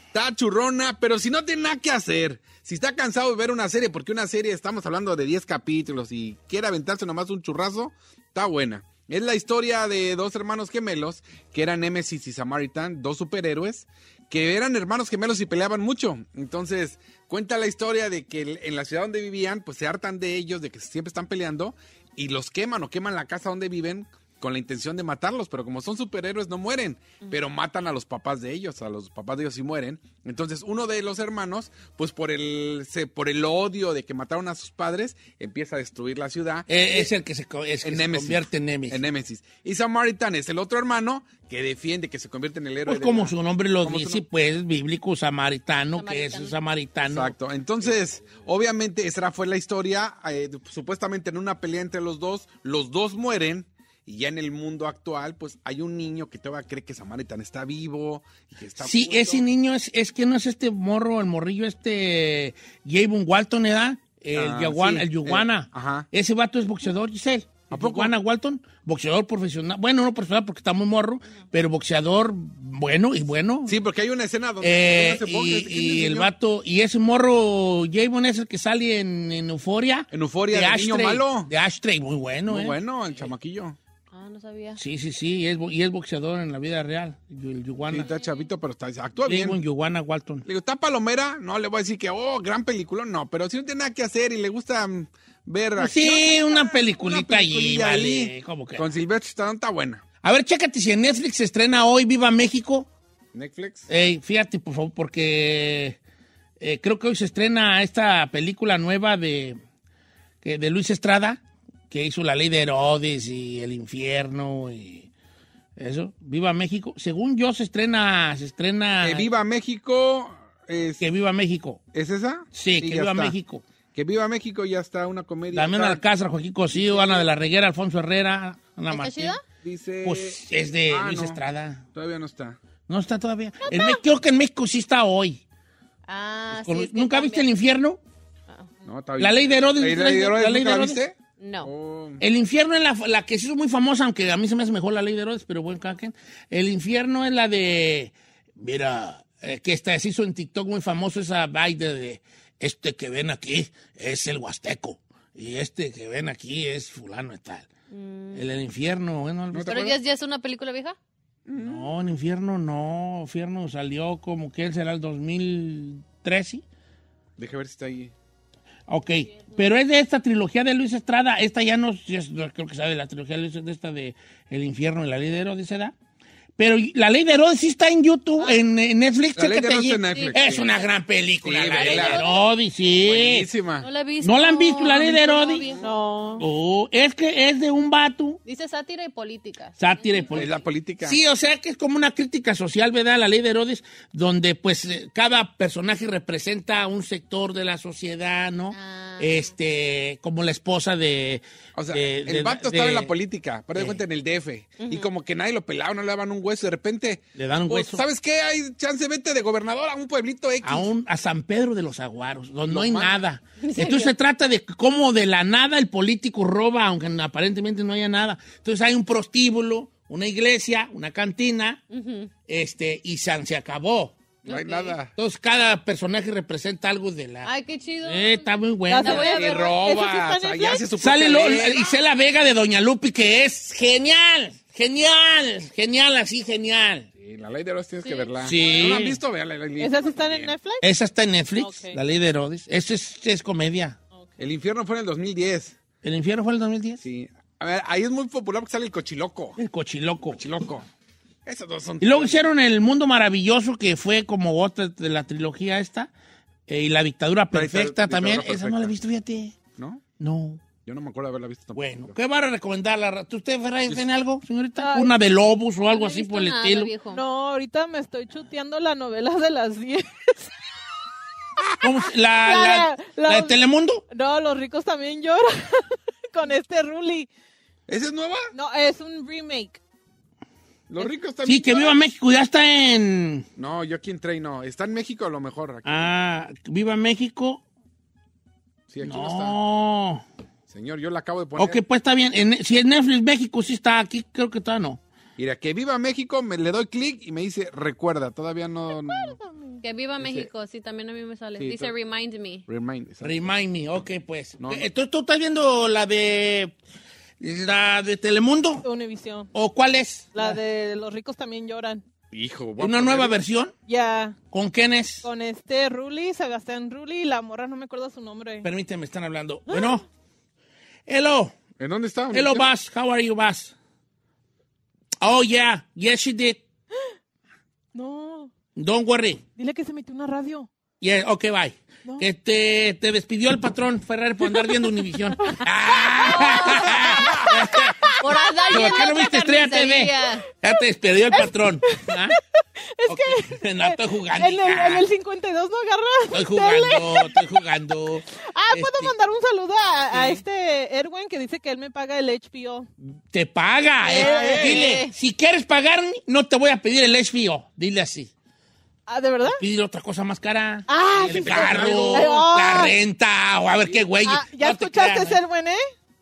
S1: está churrona, pero si no tiene nada que hacer, si está cansado de ver una serie, porque una serie estamos hablando de 10 capítulos y quiere aventarse nomás un churrazo, está buena. Es la historia de dos hermanos gemelos, que eran Nemesis y Samaritan, dos superhéroes, que eran hermanos gemelos y peleaban mucho. Entonces, cuenta la historia de que el- en la ciudad donde vivían, pues se hartan de ellos, de que siempre están peleando, y los queman o queman la casa donde viven con la intención de matarlos, pero como son superhéroes no mueren, pero matan a los papás de ellos, a los papás de ellos sí mueren. Entonces uno de los hermanos, pues por el, se- por el odio de que mataron a sus padres, empieza a destruir la ciudad.
S3: Eh, es el que se, co- es que
S1: En
S3: se
S1: Nemesis.
S3: convierte en Nemesis.
S1: En Némesis. Y Samaritan es el otro hermano que defiende que se convierte en el héroe.
S3: Pues
S1: de
S3: como
S1: la-
S3: su nombre lo
S1: como su
S3: dice,
S1: nom-
S3: pues bíblico samaritano, que es
S2: Samaritano.
S3: samaritano.
S1: Exacto. Entonces, obviamente, esa fue la historia. eh, supuestamente en una pelea entre los dos, los dos mueren. Y ya en el mundo actual, pues hay un niño que todavía cree que Samaritan está vivo. Y que está
S3: Sí,
S1: puto.
S3: ese niño es, es que no es este morro, el morrillo este Javon Walton, ¿edad? El
S1: Ah,
S3: Yaguan-
S1: sí,
S3: el
S1: eh,
S3: Yuguana.
S1: ajá.
S3: Ese vato es boxeador, Giselle.
S1: ¿A
S3: ¿A
S1: poco?
S3: Walton, boxeador profesional. Bueno, no profesional porque está muy morro, pero boxeador bueno y bueno.
S1: Sí, porque hay una escena donde
S3: Eh,
S1: donde se ponga,
S3: y
S1: ¿quién
S3: y
S1: es
S3: el
S1: niño?
S3: vato, y ese morro Javon es el que sale en, en Euforia.
S1: En Euforia,
S3: de
S1: del niño
S3: Ashtray,
S1: malo.
S3: De Ashtray, muy bueno,
S1: Muy
S3: ¿eh?
S1: bueno, el chamaquillo.
S2: Ah, no sabía.
S3: Sí, sí, sí, y es, bo- y es boxeador en la vida real, el
S1: Sí,
S3: Yuguana.
S1: está chavito, pero está, actúa bien.
S3: Digo, en Yuguana Walton.
S1: Le digo, está palomera, no le voy a decir que, oh, gran película, no, pero si no tiene nada que hacer y le gusta mm, ver acción,
S3: Ah, Pues Sí, una
S1: una
S3: peliculita ahí,
S1: peliculilla
S3: vale.
S1: ahí.
S3: ¿cómo que?
S1: Con Silvestre Stallone está buena.
S3: A ver, chécate si en Netflix se estrena hoy Viva México.
S1: Netflix.
S3: Ey, fíjate, por favor, porque eh, creo que hoy se estrena esta película nueva de, que- de Luis Estrada, que hizo La Ley de Herodes y El Infierno y eso. Viva México. Según yo, se estrena... Se estrena
S1: Que viva México. ¿Es,
S3: Que viva México.
S1: ¿es esa?
S3: Sí, que
S1: ya
S3: viva
S1: está.
S3: México.
S1: Que viva México, ya está una comedia.
S3: Damián
S1: Está-
S3: Alcázar, Joaquín Cosío, Ana de la Reguera, Alfonso Herrera, Ana
S2: ¿Está
S3: Martín.
S2: chida?
S1: Dice.
S3: Pues es de
S1: Ah,
S3: Luis
S1: no,
S3: Estrada.
S1: Todavía no está.
S3: No está todavía. En Me- creo que en México sí está hoy.
S2: Ah,
S3: Con-
S2: sí. es que
S3: ¿Nunca viste el
S2: cambia.
S3: infierno?
S1: No, está bien.
S3: La ley de Herodes.
S1: ¿La ley de Herodes?
S3: ¿La ley de
S1: ¿nunca la
S3: Herodes?
S1: viste?
S2: No.
S1: Oh,
S3: El infierno es la, la que se hizo muy famosa, aunque a mí se me hace mejor la ley de Herodes, pero bueno, cada quien. El infierno es la de. Mira, eh, que esta, se hizo en TikTok muy famoso esa baile de. Este que ven aquí es el Huasteco. Y este que ven aquí es Fulano y tal. El, el infierno, bueno, ¿lo
S1: ¿No te
S2: ¿Pero ya,
S1: acuerdas?
S2: ya es una película vieja?
S3: No, en Infierno no. Infierno salió como que él será el 2013.
S1: Deja ver si está ahí.
S3: Ok, pero es de esta trilogía de Luis Estrada. Esta ya no, ya es- no creo que sabe la trilogía de Luis de esta de El Infierno y la Ley de Herodes, ¿verdad? Pero la ley de Herodes sí está en YouTube, en, en Netflix.
S1: Ah. La Ley de
S3: chécate
S1: Herodes
S3: allí.
S1: está en Netflix,
S3: Es
S1: sí.
S3: una gran película,
S1: Sí,
S3: la ley de
S1: ¿verdad?
S3: Herodes, sí.
S1: Buenísima.
S2: No la he visto.
S3: ¿No la han visto, la ley de Herodes?
S2: No.
S3: Oh, es que es de un vato.
S2: Dice sátira y política.
S3: Sátira y política.
S1: la política.
S3: Sí, o sea que es como una crítica social, ¿verdad? La ley de Herodes, donde pues eh, cada personaje representa un sector de la sociedad, ¿no?
S2: Ah.
S3: Este, como la esposa de...
S1: O sea,
S3: de- de-
S1: el vato estaba
S3: de-
S1: en la política, pero de cuenta en el DF. Y como que nadie lo pelaba, no le daban un hueso. De repente,
S3: Le dan un
S1: pues,
S3: hueso.
S1: ¿sabes qué? Hay chance, vete de gobernador a un pueblito X.
S3: A, un- a San Pedro de los Aguaros, donde no hay
S1: manda.
S3: nada. Entonces se trata de cómo de la nada el político roba, aunque aparentemente no haya nada. Entonces hay un prostíbulo, una iglesia, una cantina, este, y San se acabó.
S1: No hay nada.
S3: Entonces cada personaje representa algo de la...
S2: Ay, qué chido.
S3: Eh, está muy bueno.
S2: La voy a
S1: Y
S2: ver.
S1: robas,
S4: ¿Eso sí está en
S1: allá hace su
S3: Sale
S1: propia
S3: lo-
S1: ley.
S3: Isela Vega de Doña Lupi, que es genial, genial, genial, así genial.
S1: Sí, la ley de Herodes tienes que verla.
S3: Sí.
S1: ¿No la han visto? Véala. la- la-
S4: ¿Esas están en Netflix?
S3: Esa está en Netflix,
S4: Ok.
S3: La Ley de Herodes. Esa es, es comedia.
S1: El infierno fue en el 2010.
S3: ¿El infierno fue el 2010?
S1: Sí. A ver, ahí es muy popular porque sale el cochiloco.
S3: El cochiloco.
S1: Cochiloco. Esos dos son...
S3: Y luego hicieron El Mundo Maravilloso, que fue como otra de la trilogía esta. Eh, y La Dictadura
S1: dicta-
S3: Perfecta
S1: dictadura
S3: también. Esa no la
S1: perfecta.
S3: he visto, fíjate.
S1: ¿No?
S3: No.
S1: Yo no me acuerdo de haberla visto tampoco.
S3: Bueno, ¿qué va a recomendar la ra- ¿Tú, usted, Ferrari,
S1: Pues,
S3: tiene algo, señorita?
S4: Ay.
S3: Una de Lobos o algo
S2: No he
S3: así
S2: visto
S3: por el
S2: nada,
S3: estilo.
S2: viejo.
S4: No, ahorita me estoy chuteando la novela de las 10.
S3: ¿Cómo se- la, la,
S4: La- la-
S3: la de Telemundo?
S4: No, los ricos también lloran con este Ruli.
S1: ¿Esa es nueva?
S4: No, es un remake.
S1: Los ricos también.
S3: Sí, que viva México, ya está en...
S1: No, yo aquí entré y no. Está en México a lo mejor. Aquí.
S3: Ah, viva México.
S1: sí, aquí no.
S3: No.
S1: está. Señor, yo la acabo de poner.
S3: Ok, pues está bien. En- si en Netflix México sí está aquí, creo que todavía no.
S1: Mira, que viva México, me le doy clic y me dice, recuerda, todavía no... no-
S2: Que viva México. Sí, también a mí me sale.
S1: Sí,
S2: Dice
S1: tú-
S2: remind me.
S1: Remind. exacto.
S3: Remind me, ok, pues.
S1: No, no.
S3: Entonces tú estás viendo la de. La de Telemundo.
S4: Univisión.
S3: ¿O cuál es?
S4: La de los ricos también lloran.
S1: Hijo, voy a
S3: ¿Una
S1: poner-
S3: nueva versión?
S4: Ya,
S3: ¿Con quién es?
S4: con este Ruli, Sebastián Ruli, la morra, no me acuerdo su nombre.
S3: Permíteme, están hablando. Bueno. Hello.
S1: ¿En dónde está?
S3: Hello, Buzz. How are you, Buzz? Oh, yeah. Yes, she did.
S4: No,
S3: Don't worry.
S4: dile que se metió una radio.
S3: Yeah, ok, bye.
S4: No.
S3: Que te, te despidió el patrón Ferrari por andar viendo Univisión.
S2: Por andar
S3: ¿Por
S2: viendo
S3: qué no
S2: otra
S3: viste Estrella TV?
S2: carnicería.
S3: Ya te despidió el patrón. Es que. No, estoy jugando.
S4: En el,
S3: hija.
S4: en el 52 no agarra.
S3: Estoy jugando, estoy jugando.
S4: Ah, puedo
S3: Este,
S4: mandar un saludo a, a este Erwin que dice que él me paga el HBO.
S3: Te paga. eh. Dile, si quieres pagarme, no te voy a pedir el HBO. Dile así.
S4: Ah, ¿de verdad?
S3: Pide otra cosa más cara.
S4: Ah,
S3: el
S4: sí, sí,
S3: carro,
S4: sí. Ah.
S3: la renta, o a ver qué güey.
S4: Ah, ¿Ya
S3: No te
S4: escuchaste,
S3: creas,
S4: Erwin, eh?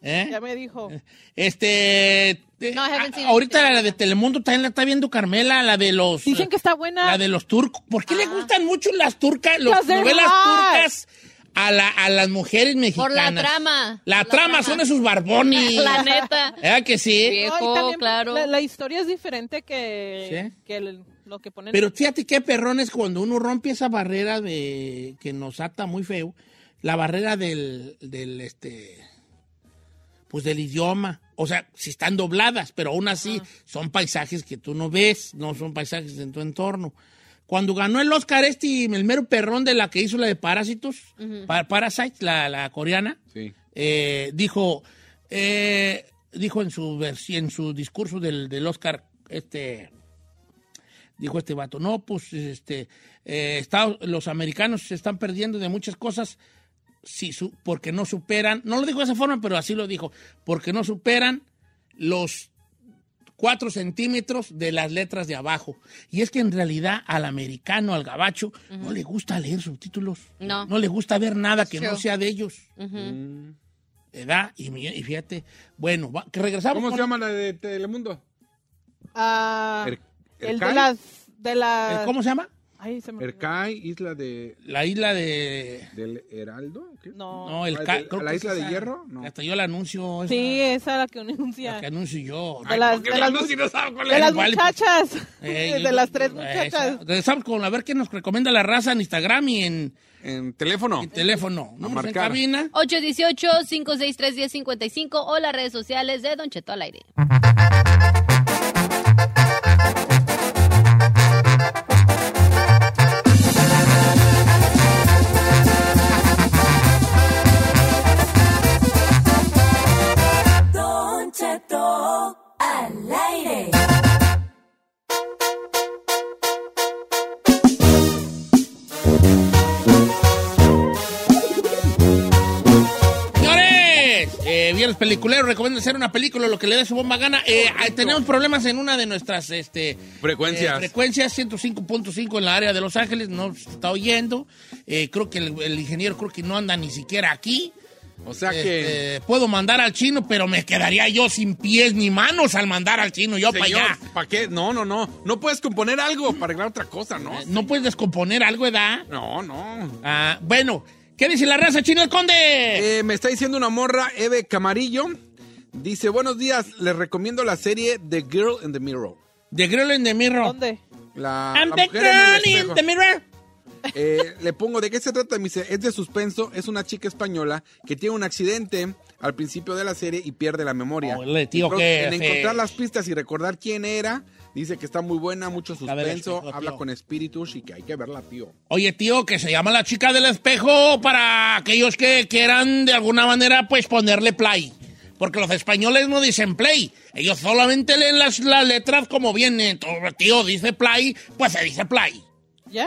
S3: ¿eh?
S4: Ya me dijo.
S3: Este. te-
S2: No, I haven't
S3: a-
S2: seen
S3: ahorita
S2: it.
S3: la de Telemundo también la está viendo Carmela, la de los.
S4: Dicen que está buena. Ah.
S3: La de los turcos. ¿Por qué le gustan mucho las turcas, las
S4: Las de
S3: novelas
S4: Raj.
S3: turcas a, la, a las mujeres
S2: Por
S3: mexicanas?
S2: la trama.
S3: La, trama, son esos barbones.
S2: La neta.
S3: ¿Verdad ¿Eh, que sí?
S2: Sí.
S4: No, y
S2: viejo, claro.
S4: La, la historia es diferente que,
S3: Sí.
S4: que el- lo que ponen.
S3: Pero fíjate qué perrón es cuando uno rompe esa barrera de que nos ata muy feo, la barrera del, del este pues del idioma. O sea, si están dobladas, pero aún así son paisajes que tú no ves, no son paisajes en tu entorno. Cuando ganó el Oscar este, el mero perrón de la que hizo la de Parásitos, Pa- Parasite, la, la coreana,
S1: Sí.
S3: eh, dijo, eh, dijo en su, vers- en su discurso del, del Oscar, este, dijo este vato, no, pues este, eh, Estados- los americanos se están perdiendo de muchas cosas si su- porque no superan, no lo dijo de esa forma, pero así lo dijo, porque no superan los cuatro centímetros de las letras de abajo. Y es que en realidad al americano, al gabacho, no le gusta leer subtítulos.
S2: No.
S3: No le gusta ver nada que no
S2: True.
S3: sea de ellos. ¿Verdad? Y, mi- y fíjate, bueno, va- que regresamos.
S1: ¿Cómo se
S3: con-
S1: llama la de Telemundo?
S4: Ah,
S1: Er-
S4: el de
S1: Ercay.
S4: las. De
S3: eh,
S4: las
S3: ¿Cómo se llama? Er-,
S4: Ay, se me olvidó.
S1: Ercay, isla de...
S3: La isla de...
S1: ¿Del Heraldo? ¿Qué?
S4: No.
S3: No, el
S1: ¿La
S3: ca-
S1: de-
S3: creo
S1: la
S3: que
S1: isla
S3: es
S1: de
S3: esa.
S1: Hierro? No.
S3: Hasta yo la anuncio. esa,
S4: Sí, esa es la que
S3: la
S4: anuncia.
S3: que anuncio yo.
S4: De las,
S1: ¿Por qué
S4: de
S1: me
S4: las,
S1: anuncio si no sabe cuál
S4: de
S1: es?
S4: las
S3: igual, pues.
S4: muchachas.
S3: Eh,
S4: de
S3: yo-
S4: las tres
S3: esa.
S4: muchachas.
S3: Regresamos con a ver qué nos recomienda la raza en Instagram y en,
S1: En teléfono.
S3: en teléfono. Números en
S1: marcar.
S3: cabina.
S2: 818-563-1055 o las redes sociales de Don Cheto al aire.
S3: eh, los peliculeros recomiendan hacer una película lo que le dé su bomba gana. Eh, eh, tenemos problemas en una de nuestras este,
S9: Frecuencias.
S3: eh, frecuencias, 105.5 en la área de Los Ángeles, no se está oyendo. Eh, creo que el, el ingeniero creo que no anda ni siquiera aquí.
S1: O sea
S3: que... puedo mandar al chino, pero me quedaría yo sin pies ni manos al mandar al chino, yo para
S1: Señor,
S3: allá.
S1: ¿Para qué? No, no, no. No puedes componer algo para arreglar otra cosa, ¿no?
S3: Eh, No puedes descomponer algo, ¿edad?
S1: No, no.
S3: Ah, bueno, ¿qué dice la raza chino el conde?
S1: Eh, me está diciendo una morra, Eve Camarillo. Dice, buenos días, les recomiendo la serie The Girl in the Mirror.
S3: The Girl in the Mirror.
S4: ¿Dónde?
S1: La,
S3: I'm
S1: la
S3: the
S1: mujer en el
S3: girl in
S1: espejo.
S3: the mirror.
S1: Eh, le pongo, ¿de qué se trata? Me dice, es de suspenso, es una chica española que tiene un accidente al principio de la serie y pierde la memoria.
S3: Ole, tío,
S1: Pero
S3: qué
S1: en
S3: fe-
S1: encontrar las pistas y recordar quién era, dice que está muy buena, mucho
S3: A ver,
S1: suspenso,
S3: espejo,
S1: habla
S3: tío.
S1: con espíritus y que hay que verla, tío.
S3: Oye, tío, que se llama La Chica del Espejo para aquellos que quieran de alguna manera pues ponerle play. Porque los españoles no dicen play, ellos solamente leen las, las letras como vienen. Entonces, tío, dice play, pues se dice play.
S4: ¿Ya?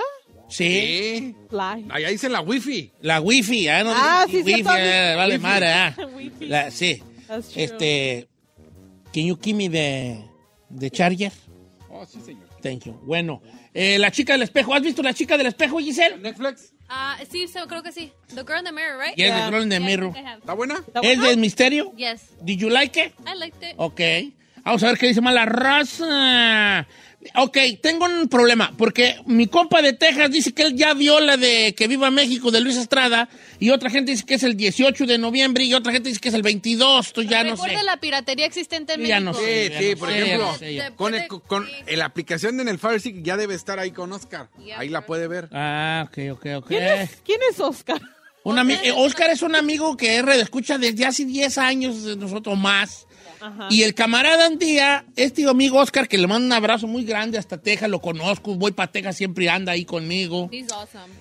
S3: Sí.
S1: Sí.
S4: Fly.
S1: Allá dicen la wifi.
S3: La wifi, ¿eh? No
S4: Ah,
S3: dicen
S4: sí,
S3: wifi,
S4: cierto.
S3: eh, vale
S4: Wifi.
S3: madre, ¿eh?
S4: Wifi.
S3: La- sí.
S4: That's true.
S3: Este, can you give me the, the charger?
S1: Oh, sí, señor.
S3: Thank you. Bueno, eh, La Chica del Espejo, ¿has visto La Chica del Espejo, Giselle?
S1: Netflix.
S2: Ah, sí, so- creo que sí. The Girl in the Mirror, right?
S3: Yes, The Girl in the
S2: Yeah, I
S3: Mirror.
S2: think I have.
S1: ¿Está buena?
S4: ¿Está
S3: ¿Es
S4: buena?
S3: del misterio?
S2: Yes,
S3: Did you like it?
S2: I liked it.
S3: Ok. Vamos a ver qué dice más la raza. Ok, tengo un problema, porque mi compa de Texas dice que él ya vio la de Que Viva México de Luis Estrada, y otra gente dice que es el 18 de noviembre, y otra gente dice que es el 22, tú ya no sé.
S2: Recuerda la piratería existente en
S3: Yo
S2: México.
S3: ya no
S1: Sí,
S3: sé. ya
S1: sí,
S3: no
S1: por
S3: sé, ya
S1: ejemplo,
S3: no sé, ya.
S1: Con, el-
S2: Puede-
S1: con
S2: sí.
S1: el- la aplicación en el Fire Stick ya debe estar ahí con Oscar.
S2: Ya,
S1: ahí la
S2: pues.
S1: puede ver.
S3: Ah, ok, ok, ok.
S4: ¿Quién, es, ¿Quién es Oscar?
S3: Un ami- eh, Oscar es un amigo que es escucha desde hace 10 años de nosotros más.
S4: Ajá.
S3: Y el camarada un día, este amigo Oscar, que le mando un abrazo muy grande hasta Texas, lo conozco, voy para Texas, siempre anda ahí conmigo.
S2: He's awesome.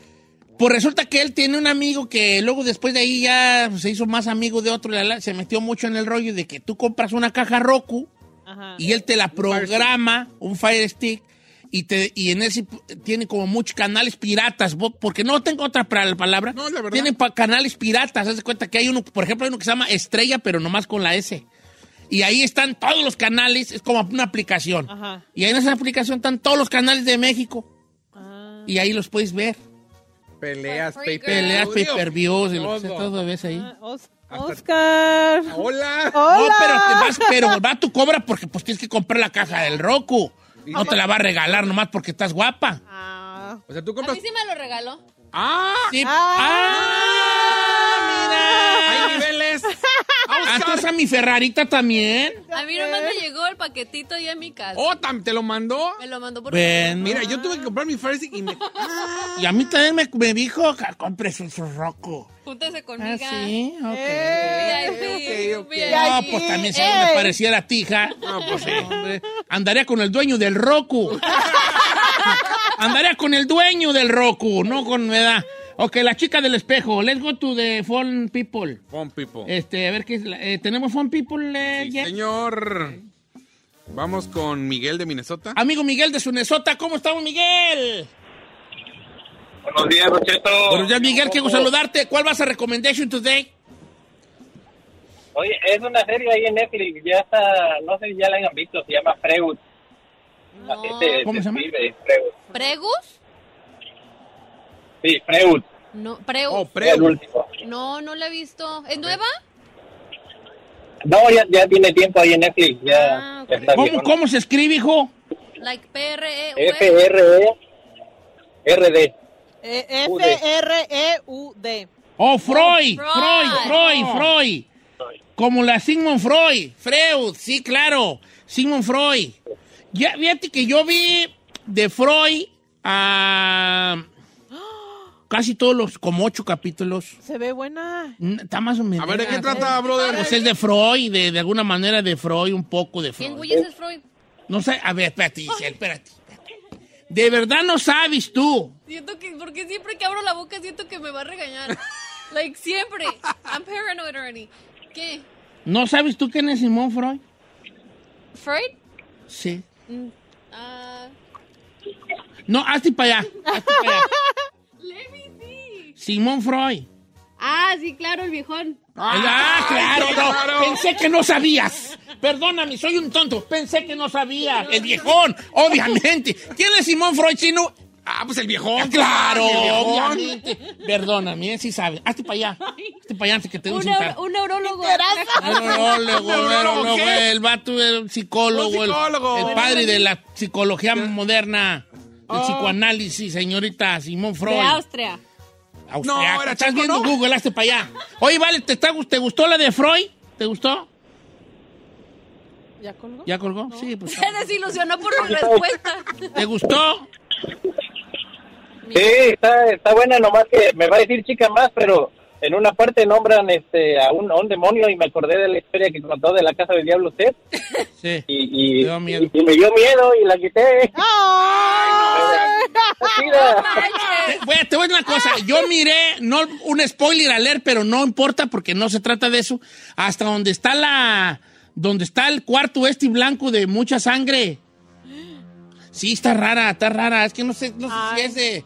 S3: Pues resulta que él tiene un amigo que luego después de ahí ya se hizo más amigo de otro, la, la, se metió mucho en el rollo de que tú compras una caja Roku
S4: Ajá.
S3: y él te la programa, un Fire Stick, y, te, y en ese tiene como muchos canales piratas, bo- porque no tengo otra pra- palabra.
S1: No, la verdad.
S3: Tiene pa- canales piratas, haz de cuenta que hay uno, por ejemplo, hay uno que se llama Estrella, pero nomás con la S. Y ahí están todos los canales, es como una aplicación.
S4: Ajá.
S3: Y ahí en esa aplicación están todos los canales de México,
S4: Ah.
S3: y ahí los puedes ver.
S1: Peleas,
S2: Free
S1: pay
S2: Girl.
S3: Peleas, pay-per-views, y lo que sea,
S1: Todo.
S3: todo ves ahí.
S4: Ah, Os- Oscar.
S1: Hola.
S3: No,
S4: Hola.
S3: pero te vas, pero va tu cobra porque pues tienes que comprar la caja del Roku. No te la va a regalar nomás porque estás guapa.
S4: Ah.
S1: O sea, tú
S2: A
S1: compras.
S2: mí sí me lo regaló.
S1: ¡Ah!
S3: Sí.
S1: ¡Hay
S3: ¡Ah! ¡Mira!
S1: niveles!
S3: Ah, ¿Estás a mi Ferrarita también?
S2: A mí nomás me llegó el paquetito ya en mi casa.
S1: ¡Oh, tam- te lo mandó!
S2: Me lo mandó por
S3: Ven.
S1: Mira, yo tuve que comprar mi Fire Stick y me. ¡Ah!
S3: Y a mí también me, me dijo que compres un su Roku.
S2: Júntese conmigo.
S3: Ah, sí, ok.
S2: Eh, VIP,
S1: ok, ok.
S2: VIP.
S3: No, pues también si no me
S4: Ey.
S3: pareciera a ti, hija.
S1: No, pues sí.
S3: Hombre, Andaría con el dueño del Roku. Andaría con el dueño del Roku, no con me da. Ok, la chica del espejo. Let's go to the phone people.
S1: Pon, people.
S3: Este, a ver qué es. la- eh, ¿Tenemos phone people, eh,
S1: Sí,
S3: Jen?
S1: señor. Vamos con Miguel de Minnesota.
S3: Amigo Miguel de Sunesota, ¿cómo estamos, Miguel?
S5: Buenos días, Rocheto.
S3: Buenos días, Miguel, qué gusto saludarte. ¿Cuál vas a recommendation today?
S9: Oye, es una serie ahí en Netflix, ya está, no sé si ya la hayan visto, se llama Freud. Así se,
S3: ¿Cómo se llama?
S9: escribe, Freud.
S2: ¿Pregus?
S9: Sí, Freud.
S2: No, Pregus.
S1: Oh,
S9: fue El
S1: Preu.
S9: último.
S2: No, no la he visto. ¿Es nueva?
S9: No, ya, ya tiene tiempo ahí en Netflix, ya,
S2: Ah,
S9: ya
S2: ok.
S9: está
S3: ¿Cómo,
S9: viejona.
S3: cómo se escribe, hijo?
S2: Like E PRE.
S3: Eh,
S9: F-R-E, R-D.
S4: Eh,
S9: Ude.
S4: E, F-R-E-U-D.
S3: Oh, Freud,
S2: Freud. Oh.
S3: Freud, Freud, Freud. Como la Sigmund Freud, Freud, sí, claro, Sigmund Freud. Ya, fíjate que yo vi de Freud a casi todos los, como ocho capítulos.
S4: Se ve buena.
S3: N- Está más o menos.
S1: A ver, ¿de qué trata, brother?
S3: Pues es de Freud, de, de alguna manera de Freud, un poco de Freud.
S2: ¿Quién güey es Freud?
S3: No sé, a ver, espérate, Giselle, espérate. espérate. De verdad no sabes tú.
S2: Siento que, porque siempre que abro la boca siento que me va a regañar. like, siempre. I'm paranoid already. ¿Qué?
S3: ¿No sabes tú quién es Simón Freud?
S2: ¿Freud?
S3: Sí.
S2: Mm, Ah,
S3: No, hazte para allá. hazte para allá.
S2: let me see.
S3: Simón Freud.
S2: Ah, Ah, sí, claro, el viejón.
S3: Ah, claro, no. Pensé que no sabías. Perdóname, soy un tonto. Pensé que no sabía. El viejón, obviamente. ¿Quién es Simón Freud chino?
S1: Ah, pues el viejón.
S3: Claro,
S1: el viejón.
S3: obviamente. Perdóname, eh, sí sabes. Hazte para allá. Hazte para allá antes que te dé un
S2: Un,
S3: infarto.
S2: neuro- un neurólogo.
S3: Neurólogo,
S1: ¿Neurólogo
S3: neurólogo,
S1: qué?
S3: el vato era un psicólogo,
S1: Un psicólogo. Ah.
S3: El, el padre de la psicología moderna, el psicoanálisis, señorita Simón Freud.
S2: De Austria.
S3: Austriaco.
S1: No, era
S3: Estás
S1: checo,
S3: viendo
S1: ¿no?
S3: Google, hazte para allá. Oye, vale, ¿te, está- ¿te gustó la de Freud? ¿Te gustó?
S4: ¿Ya colgó?
S3: ¿Ya colgó? Sí, pues.
S2: Se desilusionó por la respuesta.
S3: ¿Te gustó?
S9: Sí, está, está buena, nomás que me va a decir chica más, pero en una parte nombran este a un, a un demonio y me acordé de la historia que contó de la casa del diablo usted
S3: Sí.
S9: y, y,
S3: Te dio miedo.
S9: y me dio miedo y la quité.
S4: ¡Ay!
S3: Te- Voy a, te voy a decir una cosa. Yo miré, no un spoiler a leer, pero no importa porque no se trata de eso. Hasta donde está la. Donde está el cuarto este y blanco de mucha sangre. Sí, está rara, está rara. Es que no sé, no sé si es de.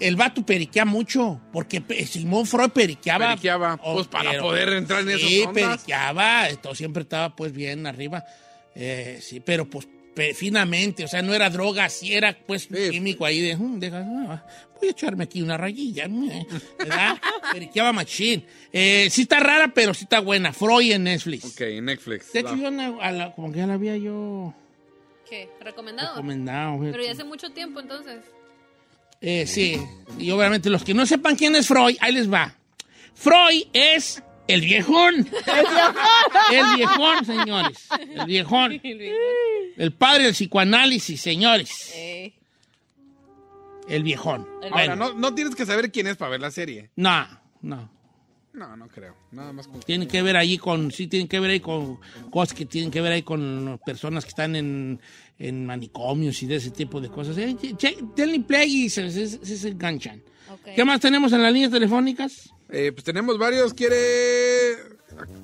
S3: El vato periquea mucho. Porque pe- Simón Freud periqueaba.
S1: Periqueaba, pues, para poder entrar en
S3: oh, Sí,
S1: esas ondas.
S3: periqueaba. Esto siempre estaba pues bien arriba. Eh, sí, pero pues pe- finamente, o sea, no era droga, sí era pues químico ahí de, "Mm, deja, ah, voy a echarme aquí una rayilla, eh", ¿verdad? Periqueaba machín. Eh, sí está rara, pero sí está buena. Freud en Netflix.
S1: Ok, Netflix.
S3: De hecho,
S1: La-
S3: yo no- a la- como que ya la había yo
S2: ¿Qué? ¿Recomendado?
S3: recomendado.
S2: Pero ya
S3: fíjate.
S2: hace mucho tiempo, entonces.
S3: Eh, sí, y obviamente los que no sepan quién es Freud, ahí les va. Freud es el viejón. El viejón, señores. El viejón. El padre del psicoanálisis, señores. El viejón.
S1: Ahora,
S3: Bueno,
S1: no, no tienes que saber quién es para ver la serie.
S3: no, no.
S1: No, no creo. Nada más con...
S3: Tiene que ver ahí con, sí, tiene que ver ahí con cosas que tienen que ver ahí con personas que están en, en manicomios y de ese tipo de cosas. Eh, che- che- denle play y se, se- se- se enganchan.
S2: Ok.
S3: ¿Qué más tenemos en las líneas telefónicas?
S1: Eh, pues tenemos varios. ¿Quiere.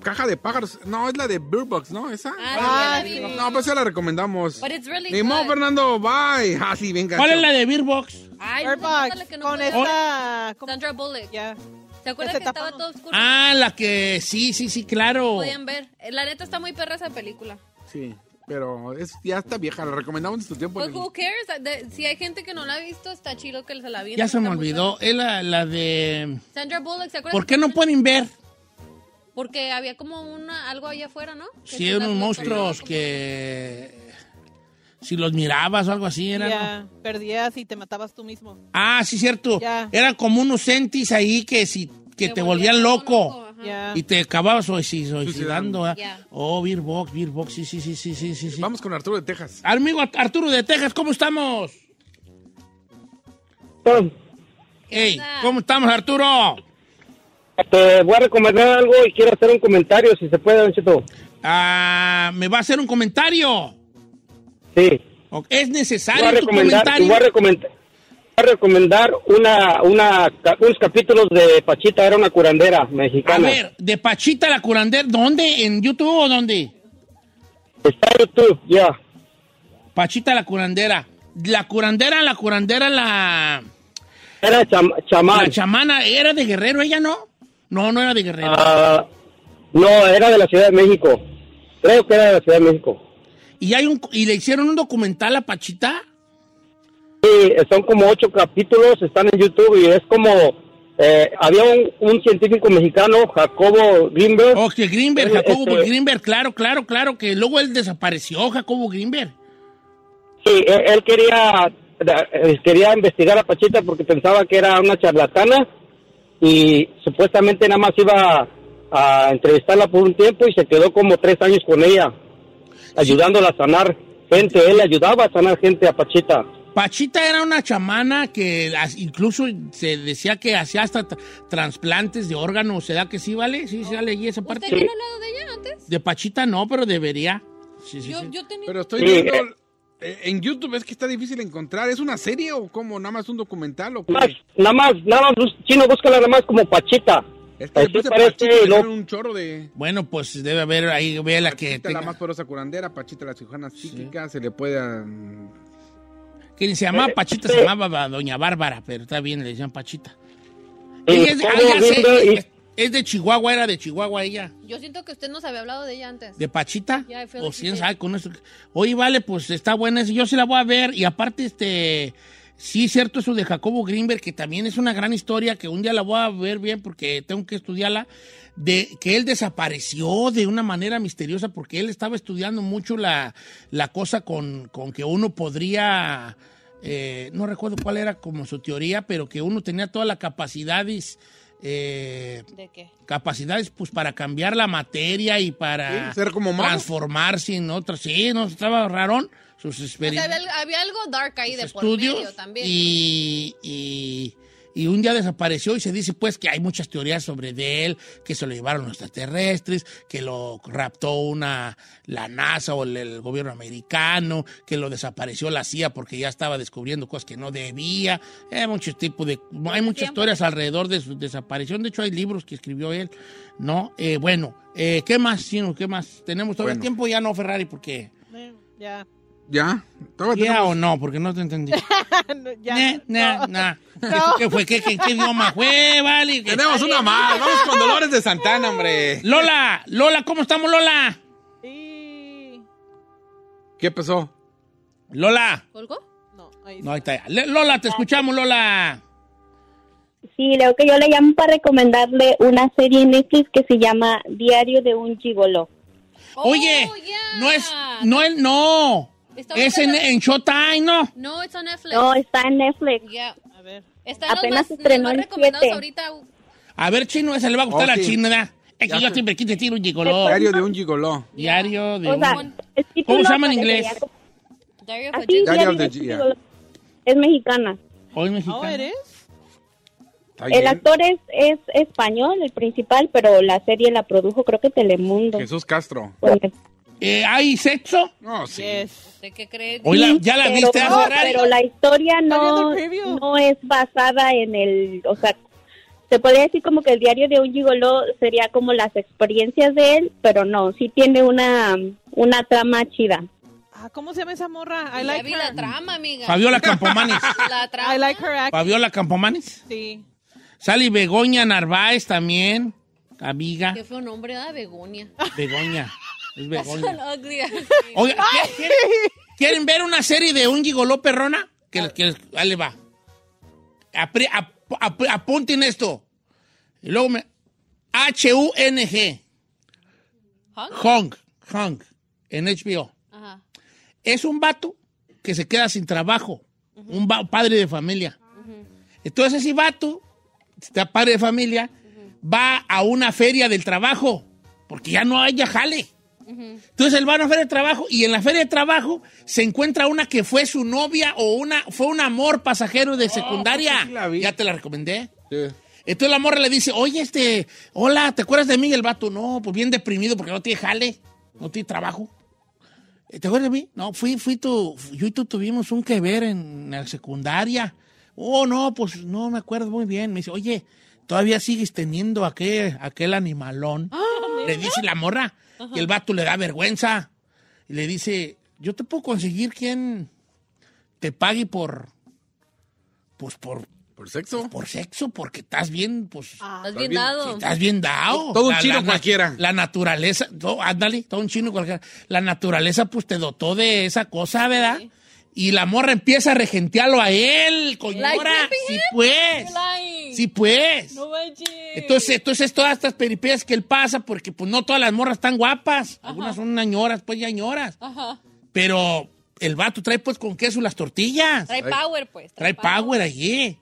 S1: Caja de pájaros? No, es la de Bird Box, ¿no? ¿Esa?
S2: Ah, sí, ya la vimos.
S1: no, pues esa la recomendamos.
S2: But it's really
S1: Ni modo,
S2: good.
S1: Fernando. Bye. Ah, sí, venga.
S3: ¿Cuál es la de Beerbox?
S2: Ay,
S4: Bird
S2: no me gusta la
S4: Box,
S2: que no
S4: con
S2: puede-
S4: esta... ¿cómo?
S2: Sandra Bullock.
S4: Ya.
S2: ¿Se acuerdan
S4: Ese
S2: que
S4: tapa
S2: estaba
S4: no.
S2: todo oscuro?
S3: Ah, la que sí, sí, sí, claro.
S2: Podían ver. Eh, La neta está muy perra esa película.
S1: Sí, pero es, ya está vieja. La recomendamos en su tiempo.
S2: Pues,
S1: en el-
S2: who cares? De- si hay gente que no la ha visto, está chido que se la viera.
S3: Ya se me
S2: Está muy
S3: olvidó. Es la, la de.
S2: perra. Sandra Bullock, ¿se acuerdan?
S3: ¿Por qué no pueden ver?
S2: Porque había como una, algo allá afuera, ¿no? Que
S3: Si
S2: se
S3: eran
S2: las-
S3: unos monstruos
S2: como-
S3: que. Si los mirabas o algo así, eran.
S4: Ya, perdías y te matabas tú mismo.
S3: Ah, sí, cierto.
S4: Ya.
S3: Eran como unos entis ahí que si que te, volvían loco.
S2: ajá.
S4: Ya.
S3: Y te acababas suici- suicidando.
S1: Suicidando.
S3: ¿ah?
S2: Ya.
S3: Oh, Beer Box, Beer Box, sí, sí, sí, sí, sí, sí. sí.
S1: Vamos con Arturo de Texas.
S3: Amigo Arturo de Texas, ¿cómo estamos? Hey,
S2: onda?
S3: ¿cómo estamos, Arturo?
S9: Te voy a recomendar algo y quiero hacer un comentario, si se puede, Don Cheto.
S3: Ah, me va a hacer un comentario.
S9: Sí.
S3: Ok, Es
S9: Te voy a
S3: necesario tu
S9: recomendar, te
S3: comentario.
S9: voy a recomendar, te voy a recomendar una, una, ca- unos capítulos de Pachita, era una curandera
S3: A
S9: mexicana.
S3: ver, de Pachita la curandera, ¿dónde? ¿En YouTube o dónde?
S9: Está en YouTube, ya.
S3: Pachita la curandera. La curandera, la curandera, la,
S9: Era chama- chamán.
S3: la chamana, ¿era de Guerrero ella, no? No, no era de Guerrero.
S9: Ah, no, era de la Ciudad de México. Creo que era de la Ciudad de México.
S3: ¿Y, hay un, ¿Y le hicieron un documental a Pachita?
S9: Sí, son como ocho capítulos, están en YouTube y es como... eh, había un, un científico mexicano, Jacobo Greenberg.
S3: Oh, que Greenberg,
S9: Este-
S3: Jacobo Greenberg, claro, claro, claro, que luego él desapareció, Jacobo Greenberg.
S9: Sí, él, él quería eh, quería investigar a Pachita porque pensaba que era una charlatana y supuestamente nada más iba a, a entrevistarla por un tiempo y se quedó como tres años con ella, ayudándola a sanar gente. Él ayudaba a sanar gente a Pachita.
S3: Pachita era una chamana que las- incluso se decía que hacía hasta tra- trasplantes de órganos, ¿será que sí, vale? Sí, sí, leí esa parte.
S2: ¿Usted ya no ha hablado de ella antes?
S3: De Pachita no, pero debería. Sí, sí,
S2: Yo,
S3: sí.
S2: yo tenía...
S1: Pero estoy
S9: Sí,
S1: viendo.
S9: eh.
S1: eh, En YouTube es que está difícil encontrar. ¿Es una serie o como ¿Nada más un documental o qué?
S9: Más, nada más, nada más, bus- chino, búscala nada más como Pachita. este,
S1: Es que le
S9: Así
S1: puse
S9: parece,
S1: Pachita y
S9: ¿no?
S1: le dieron un chorro de.
S3: Bueno, pues debe haber ahí, ve la que
S1: Pachita la
S3: tenga-
S1: más poderosa curandera, Pachita la cirujana psíquica, se le puede... mm,
S3: Quien se llamaba
S9: Eh,
S3: Pachita
S9: sí.
S3: se llamaba Doña Bárbara, pero está bien, le decían Pachita.
S9: Y
S3: Ella es- ah,
S9: Jacobo
S3: ya sé,
S9: Greenberg y-
S3: es- Es de Chihuahua, era de Chihuahua ella.
S2: Yo siento que usted nos había hablado de ella antes.
S3: ¿De Pachita?
S2: Ya, fue
S3: O
S2: lo que
S3: quién
S2: dije.
S3: sabe con eso. Oye, vale, pues está buena eso. Yo sí la voy a ver. Y aparte, este. Sí, cierto, eso de Jacobo Greenberg, que también es una gran historia, que un día la voy a ver bien porque tengo que estudiarla, de que él desapareció de una manera misteriosa porque él estaba estudiando mucho la, la cosa con, con que uno podría, eh, no recuerdo cuál era como su teoría, pero que uno tenía toda la capacidad eh,
S2: ¿De qué?
S3: capacidades pues para cambiar la materia y para
S1: Sí, ser como mago.
S3: transformarse en otras. Sí, no estaba rarón sus
S2: O sea,
S3: experiencias,
S2: había, había algo dark ahí de por
S3: estudios
S2: medio también.
S3: y, y- y un día desapareció y se dice pues que hay muchas teorías sobre de él, que se lo llevaron los extraterrestres, que lo raptó una la NASA o el, el gobierno americano, que lo desapareció la CIA porque ya estaba descubriendo cosas que no debía. Hay muchos tipos de hay muchas historias alrededor de su desaparición. De hecho hay libros que escribió él, no. Eh, bueno, eh, ¿qué más? Sino, ¿Qué más? Tenemos todavía
S1: Bueno.
S3: tiempo ya no Ferrari porque
S4: Eh, Ya.
S1: ¿Ya?
S3: ya o no porque no te entendí.
S4: No, ya.
S3: Nah, nah. ¿Eso qué fue? ¿Qué, qué, qué idioma fue? Vale.
S1: Tenemos una más. Vamos con Dolores de Santana, hombre.
S3: Lola, Ah, Lola, ¿cómo estamos, Lola?
S1: ¿Qué pasó?
S3: Lola.
S2: ¿Colgó?
S3: No, ahí está. ya. Le- Lola, te escuchamos, Lola.
S10: Sí, Leo, que yo le llamo para recomendarle una serie en Netflix que se llama Diario de un Gigoló.
S3: Oye, no es, no es, no.
S2: Ah, Está
S3: Es en,
S2: buena la-
S3: en Showtime, ¿no?
S2: No, it's on Netflix.
S10: No, está en Netflix.
S2: Ya. Está
S10: Apenas
S2: Apenas los más,
S10: estrenó
S2: los más
S10: el
S2: recomendados
S10: siete.
S2: ahorita.
S3: A ver, chino, esa le va a gustar
S1: Oh,
S3: a
S1: sí.
S3: chino, ¿verdad? Es que
S1: Ya
S3: yo
S1: sé.
S3: siempre aquí te tiro un gigoló.
S1: Diario de un gigoló.
S3: Diario de
S10: O sea,
S3: un...
S10: el título
S3: ¿Cómo se llama en
S10: parecería
S3: inglés?
S10: como-
S2: Diary of a
S10: Así,
S2: Jane.
S1: Diario
S10: Diario
S1: of the
S10: de un
S1: G- ya.
S10: Gigoló. Es mexicana.
S3: Hoy mexicano.
S1: Está
S10: El
S1: bien.
S10: actor es, es español, el principal, pero la serie la produjo creo que Telemundo.
S1: Jesús Castro.
S10: Porque-
S3: Eh, ¿hay sexo.
S1: No, sí.
S2: ¿De qué crees?
S3: Hoy la- ya la
S10: pero
S3: viste,
S10: no,
S3: ¿verdad?
S10: pero la historia no,
S4: Está viendo el preview.
S10: no es basada en el, o sea, se podría decir como que el diario de un gigoló sería como las experiencias de él, pero no, sí tiene una, una trama chida.
S4: Ah, ¿Cómo se llama esa morra? I
S2: Ya
S4: like
S2: vi la
S4: her.
S2: trama, amiga.
S3: Fabiola Campomanes.
S2: La trama.
S4: I like her act-
S3: Fabiola Campomanes.
S4: Sí.
S3: Sally Begoña Narváez también. Amiga.
S2: Qué fue un nombre, da Begonia.
S3: Begoña. Es Begoña.
S2: Son ugly.
S3: Oiga, ¿qué- quieren, quieren ver una serie de un gigoló perrona? Que, que- ahí le va. Apri- ap- ap- apunten esto. Y luego me... H-U-N-G.
S2: Hunk.
S3: Hong. Hong. En HBO.
S2: Ajá.
S3: Es un vato que se queda sin trabajo. Un va- padre de familia. Entonces ese vato, este padre de familia, va a una feria del trabajo. Porque ya no haya jale. Entonces él va a una feria de trabajo y en la feria de trabajo se encuentra una que fue su novia o una fue un amor pasajero de secundaria. ya te la recomendé.
S1: Sí.
S3: Entonces la morra le dice, oye, este, hola, ¿te acuerdas de mí? Y el vato, no, pues bien deprimido porque no tiene jale, no tiene trabajo. "Eh, ¿Te acuerdas de mí? No, fui, fui tu, yo y tú tuvimos un que ver en la secundaria. Oh, no, pues no me acuerdo muy bien. Me dice, oye, todavía sigues teniendo aquel, aquel animalón. le dice la morra. Y el vato le da vergüenza. Y le dice, yo te puedo conseguir quien te pague por, pues por,
S1: Por sexo.
S3: por sexo, porque estás bien, pues.
S2: Estás
S1: bien.
S2: bien
S3: Sí,
S2: dado.
S3: Estás bien dado.
S1: Todo un chino
S3: na-
S1: cualquiera.
S3: La naturaleza, todo- ándale, todo un chino cualquiera. La naturaleza, pues te dotó de esa cosa, ¿verdad? Y la morra empieza a regentearlo a él, coñora.
S2: Like
S3: Sí, pues. Sí, pues.
S2: No manches.
S3: Entonces, entonces todas estas peripecias que él pasa, porque pues no todas las morras están guapas. Algunas son ñoras, pues ya ñoras.
S2: Ajá.
S3: Pero el vato trae pues con queso las tortillas.
S2: Trae power, pues.
S3: Trae power allí.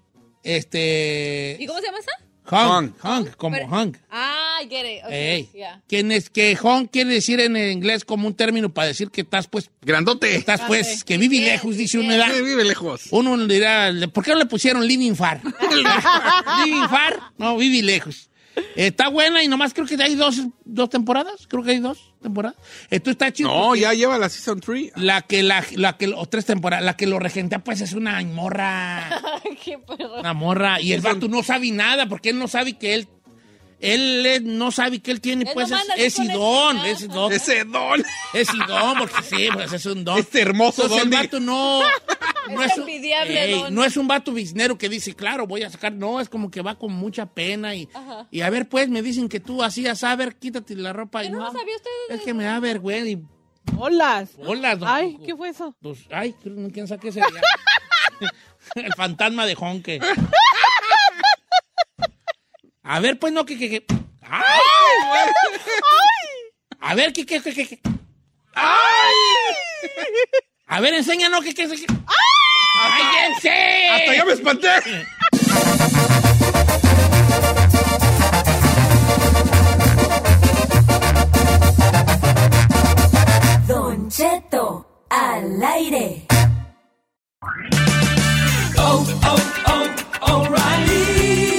S3: Este.
S2: ¿Y cómo se llama esa?
S3: Hung, hung, como
S2: Pero-
S3: hung.
S2: Ah, I get it. Okay.
S3: Ey.
S2: Yeah.
S3: ¿Quién es que hong quiere decir en inglés como un término para decir que estás pues
S1: Grandote.
S3: estás pues que vive lejos dice uno edad.
S1: Sí, vive lejos.
S3: Uno le dirá, le- ¿por qué no le pusieron living far? living far, no vive lejos. Eh, Está buena y nomás creo que hay dos, dos temporadas, creo que hay dos temporadas. Esto está chido.
S1: No,
S3: porque
S1: ya lleva la Season 3.
S3: La que la, la que o tres temporadas, la que lo regenta pues es una morra.
S2: Qué perro.
S3: Una morra. Y el vato no sabe nada porque él no sabe que él. Él eh, no sabe que él tiene,
S2: Él
S3: pues,
S2: nomás
S3: es-
S2: nació
S3: es,
S2: con ese
S3: idón,
S2: don.
S3: es idón.
S1: Ese don.
S3: Es idón, porque sí, pues es un don.
S1: Este hermoso
S3: Entonces
S1: don,
S3: el
S1: diga.
S3: vato no, No
S2: Es
S3: un-
S2: envidiable,
S3: Ey,
S2: don.
S3: no es un vato biznero que dice, claro, voy a sacar. No, es como que va con mucha pena y,
S2: Ajá.
S3: y a ver, pues me dicen que tú hacías, a ver, quítate la ropa. Y no,
S2: sabía usted?
S3: es que me da vergüenza. y-
S4: Hola.
S3: Hola, don-
S4: Ay, ¿qué fue eso?
S3: Pues, ay, quién sabe qué sería. El fantasma de Honke. A ver, pues no, que. que, que- ¡Ay! A ver, que, que, que, que- que- ¡Ay! A ver, enséñanos que, que, que- que- ¡Cállense!
S11: Hasta ya me espanté.
S7: Don Cheto al aire.
S11: Oh, oh, oh, O'Reilly.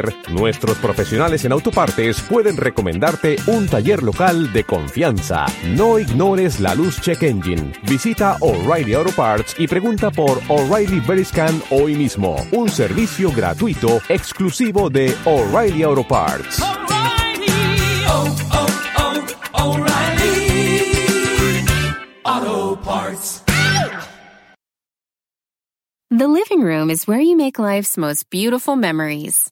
S12: nuestros profesionales en autopartes pueden recomendarte un taller local de confianza. No ignores la luz check engine. Visita O'Reilly Auto Parts y pregunta por O'Reilly Veriscan hoy mismo. Un servicio gratuito exclusivo de O'Reilly Auto Parts.
S11: Oh, oh, oh, O'Reilly. Auto Parts.
S13: The living room is where you make life's most beautiful memories.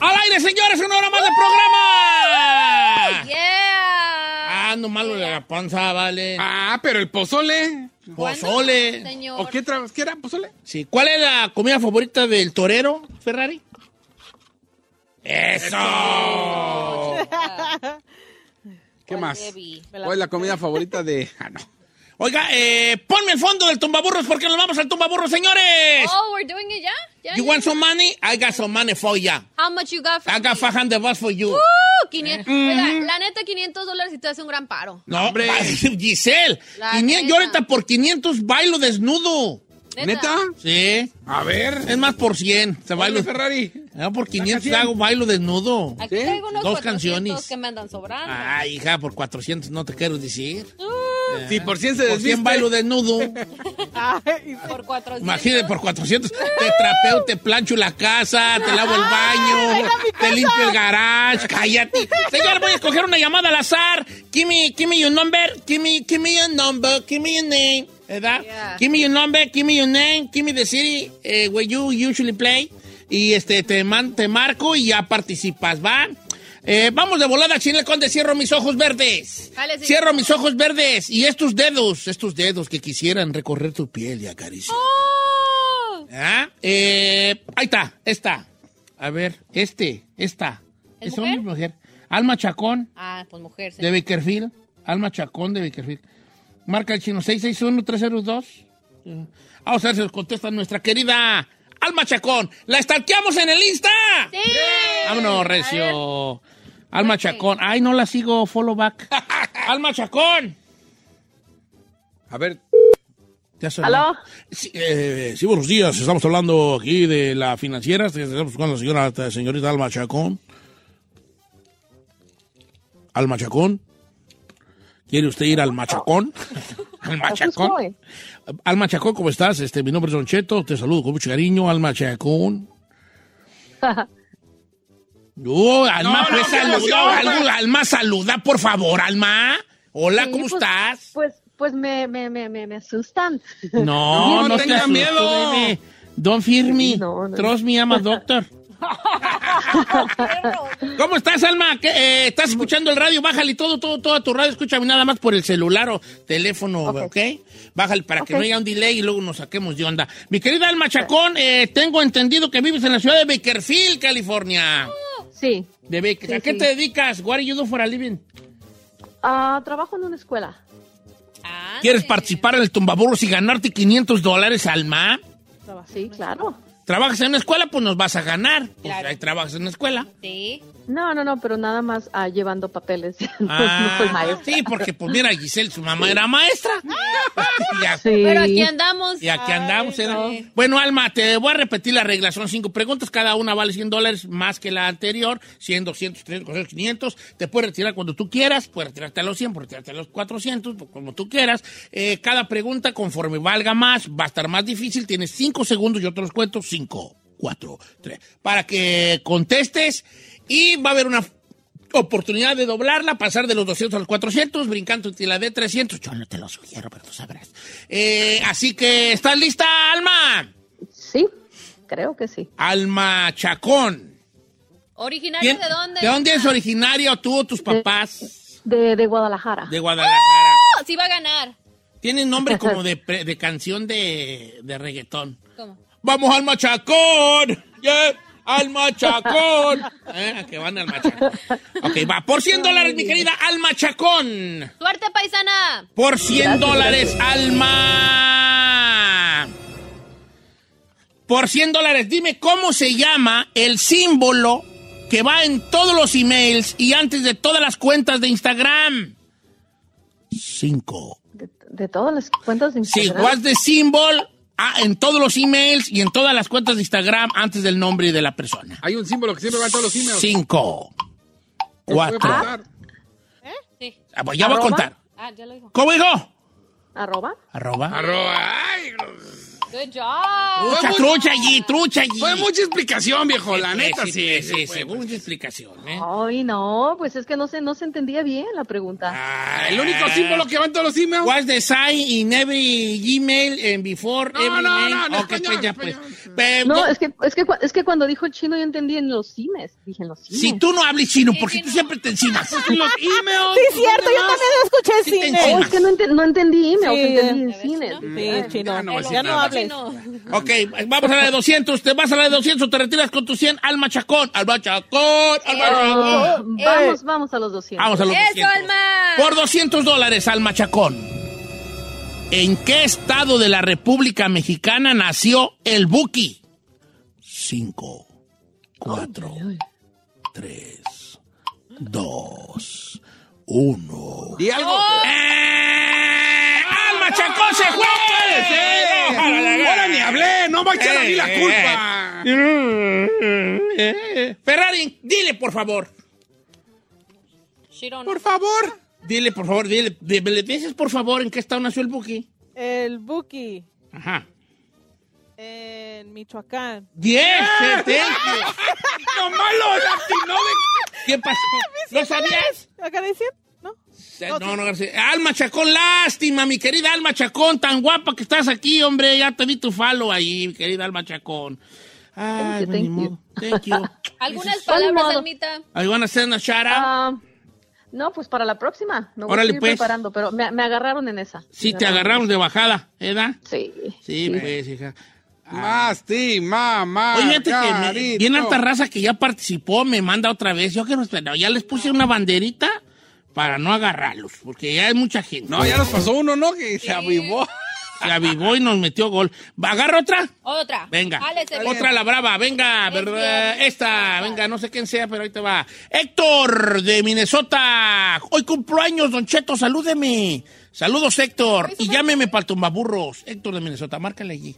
S3: ¡Al aire, señores! ¡Una hora más de programa!
S2: ¡Yeah!
S3: Ah, no malo de la panza, vale.
S1: Ah, pero el pozole.
S3: Pozole.
S2: señor?
S1: ¿O qué, tra- qué era? ¿Pozole?
S3: Sí, ¿cuál es la comida favorita del torero, Ferrari? ¡Eso!
S1: ¿Qué
S3: ¿Cuál
S1: más?
S3: Debbie? Me la
S1: ¿Cuál es la comida favorita de.? Ah, no.
S3: Oiga, eh, ponme el fondo del tumbaburros porque nos vamos al tumbaburros, señores.
S2: Oh, we're doing it, ya? Ya,
S3: You
S2: ya,
S3: want
S2: ya.
S3: some money? I got some money for ya.
S2: How much you got for
S3: I got 500 bucks for you.
S2: Woo, 500.
S3: Eh.
S2: Oiga,
S3: Ujú.
S2: la neta, 500 dólares y te hace un gran paro.
S3: No, hombre. Giselle,
S2: La
S3: 500 yo ahorita por 500 bailo desnudo.
S2: ¿Neta? ¿Neta?
S3: Sí.
S1: A ver.
S3: Es más por 100. Se bailo.
S1: Ferrari.
S3: No, por 500
S2: 100.
S3: hago bailo desnudo.
S2: Aquí traigo unos
S3: Dos
S2: 400
S3: canciones.
S2: que me andan sobrando.
S3: Ay, hija, por 400 no te quiero decir.
S2: Uh,
S3: Sí, por 100 se Por 100 bailo desnudo.
S2: por 400.
S3: Imagínate, por 400 te trapeo, te plancho la casa, te lavo el baño, te limpio el garage, cállate. Señor, voy a escoger una llamada al azar. Give me, give me your number, give me, give me your number, give me your name, ¿verdad? Give me your number, give me your name, give me the city eh, where you usually play. Y este, te, man- te marco y ya participas, ¿va? Eh, vamos de volada, Chinel Conde, cierro mis ojos verdes.
S2: Dale, señor.
S3: Cierro mis ojos verdes y estos dedos, estos dedos que quisieran recorrer tu piel y acariciar. ¿Ah? Eh, ahí está, esta. A ver, este, esta.
S2: ¿Es
S3: hombre o mujer? Alma Chacón
S2: Ah, pues mujer.
S3: de
S2: señor.
S3: Bakerfield. Alma Chacón de Bakerfield. Marca el chino 661-302. Vamos a ver si nos contesta nuestra querida Alma Chacón. ¡La estalqueamos en el Insta!
S2: ¡Sí!
S3: ¡Vámonos, Recio! Alma Chacón. Ay, no la sigo, follow back. ¡Alma Chacón!
S1: A ver.
S3: Ya sonó. Sí, eh, sí, buenos días. Estamos hablando aquí de la financiera. Estamos con la señora, señorita Alma Chacón. ¿Al machacón? ¿Quiere usted ir al machacón? ¿Al machacón? Al machacón, ¿cómo estás? Este, mi nombre es Don Cheto, te saludo con mucho cariño, al machacón. Oh, Alma,
S11: No, no,
S3: pues
S11: qué
S3: saluda,
S11: emoción,
S3: algo,
S11: pues.
S3: Alma, saluda, por favor, Alma. Hola,
S14: Sí,
S3: ¿cómo
S14: pues,
S3: estás?
S14: Pues, pues me, me, me, me, me asustan.
S3: No, no, te
S11: tenga
S3: asustes,
S11: miedo.
S3: bebé. Don't fear me.
S14: No, no.
S3: Trust me, I'm a doctor. ¿Cómo estás, Alma? ¿Qué, eh, ¿Estás escuchando el radio? Bájale todo, todo, todo a tu radio. Escúchame nada más por el celular o teléfono, ¿ok? Bájale para que
S15: Ok.
S3: no haya un delay y luego nos saquemos de onda. Mi querida Alma Chacón, eh, tengo entendido que vives en la ciudad de Bakerfield, California.
S14: Sí.
S3: De Baker-
S14: Sí,
S3: ¿A qué
S14: sí.
S3: te dedicas? What do you do for a living?
S14: Ah, trabajo en una escuela.
S3: ¿Quieres participar en el tumbaburros y ganarte 500 dólares, Alma?
S14: Sí, claro.
S3: ¿Trabajas en una escuela? Pues nos vas a ganar. Pues ahí trabajas en una escuela.
S14: Sí. No, no, no, pero nada más ah, llevando papeles. No,
S3: Ah,
S14: no soy maestra.
S3: sí, porque pues mira, Giselle, su mamá era maestra. Y a-
S2: Pero aquí andamos. Ah,
S3: Y aquí andamos. era- Bueno, Alma, te voy a repetir la regla. Son cinco preguntas. Cada una vale 100 dólares más que la anterior. 100, 200, 300, 400, 500. Te puedes retirar cuando tú quieras. Puedes retirarte a los 100, puedes retirarte a los 400, pues, como tú quieras. Eh, cada pregunta, conforme valga más, va a estar más difícil. Tienes cinco segundos. Yo te los cuento. Cinco, cuatro, tres. Para que contestes. Y va a haber una oportunidad de doblarla, pasar de los 200 a los 400, brincando y la de 300. Yo no te lo sugiero, pero tú sabrás. Eh, así que, ¿estás lista, Alma?
S14: Sí, creo que sí.
S3: Alma Chacón.
S2: ¿Originario de dónde?
S3: ¿De dónde es originario tú o tus papás?
S14: De, de Guadalajara.
S3: De Guadalajara.
S2: ¡Oh! Sí va a ganar.
S3: Tiene nombre como de, pre- de canción de, de reggaetón.
S2: ¿Cómo?
S3: ¡Vamos, Alma Chacón! ¡Yeah! ¡Alma Chacón! Eh, que van al machacón. Ok, va. Por 100 dólares, mi querida Alma Chacón.
S2: ¡Suerte, paisana!
S3: Por 100
S2: Gracias,
S3: dólares,
S2: gracias.
S3: Alma. Por 100 dólares, dime cómo se llama el símbolo que va en todos los emails y antes de todas las cuentas de Instagram. Cinco.
S14: De todas las cuentas de
S3: Sí,
S14: Instagram.
S3: what's the symbol ah, en todos los emails y en todas las cuentas de Instagram antes del nombre de la persona.
S1: Hay un símbolo que siempre va en todos los emails.
S3: Cinco. Cuatro.
S2: ¿Eh? Sí.
S3: Ah, pues ya voy a contar.
S2: Ah, ya lo dijo.
S3: ¿Cómo dijo?
S14: ¿Arroba?
S3: Arroba.
S2: Good job.
S3: Mucha trucha allí, trucha allí.
S1: Fue mucha explicación, viejo, la neta, sí. Pues,
S3: Sí, sí, sí,
S1: sí,
S3: fue mucha explicación, ¿eh?
S14: Ay, no, pues es que no se, no se entendía bien la pregunta.
S3: Ah,
S1: El único símbolo que va en todos los emails.
S3: What's the sign in every Gmail and before
S1: No,
S3: every
S1: no,
S3: mail?
S1: no, en
S3: Ok,
S1: español,
S3: pues ya,
S1: en
S3: pues. Pe-
S14: No,
S3: no,
S14: es que, es, que, cua- es que cuando dijo el chino yo entendí en los cines. Dije en los cines.
S3: Si tú no hables chino, porque tú siempre te encimas. Los emails.
S14: Sí, cierto, yo también
S4: escuché
S3: Sí, te
S14: Oh, es
S3: encimas.
S14: que no, ente- no entendí emails,
S4: Sí.
S14: entendí en cines.
S4: Sí, chino.
S3: no voy a decir
S4: ya no
S3: nada.
S4: hables.
S3: Ok, vamos a la de 200. Te vas a la de 200, te retiras con tu 100. Alma Chacón, Alma Chacón, Alma
S2: Eh,
S14: Ah,
S3: Chacón.
S14: vamos, vamos a los 200.
S3: Vamos a los 200.
S14: Alma!
S3: Por 200 dólares, Alma Chacón. ¿En qué estado de la República Mexicana nació el Buki? Cinco, cuatro, tres, dos, uno.
S1: ¿Y algo?
S3: ¡Eh! ¡Alma Chacón se fue!
S1: ¡Eh! Ahora ni hablé, no va a echar a mí la
S3: Eh,
S1: culpa.
S3: Ferrari, dile por favor.
S2: Por
S3: favor. Dile por favor, dile. de- ¿Le dices por favor en qué estado nació el Buki?
S4: El Buki
S3: Ajá.
S4: en Michoacán.
S3: Yes, eh, thank you. ¡No malo! ¡Latino de- ¿Qué pasó? ¿Lo sabías?
S4: ¿Acarician? ¿No?
S3: No, no, gracias. Alma Chacón, lástima, mi querida Alma Chacón, tan guapa que estás aquí, hombre. Ya te vi tu falo ahí, mi querida Alma Chacón. Ay, bueno, ni modo. Thank you.
S2: Algunas
S14: Son
S2: palabras,
S14: modo.
S2: Almita.
S3: Are you wanna send a shout out?
S14: Ah, no, pues para la próxima. Me voy
S3: Órale,
S14: a seguir
S3: pues.
S14: preparando, pero me, me agarraron en esa.
S3: Sí,
S14: Me
S3: te agarramos de bajada, ¿verdad?
S14: Sí.
S3: Sí, pues, hija.
S1: Más, ti, mamá.
S3: Oye, fíjate que me-
S1: carito.
S3: bien alta raza que ya participó, me manda otra vez. Yo quiero esperar. Ya les puse una banderita para no agarrarlos, porque ya hay mucha gente.
S1: No, ya nos pasó uno, ¿no? Que se avivó.
S3: Se avivó y nos metió gol. ¿Agarra otra?
S2: Otra.
S3: Venga.
S2: Álex, el-
S3: Otra la brava, venga, verdad, esta, venga, no sé quién sea, pero ahí te va. Héctor de Minnesota. Hoy cumplo años, Don Cheto, salúdeme. Saludos, Héctor. Y llámeme para el tumbaburros. Héctor de Minnesota, márcale allí.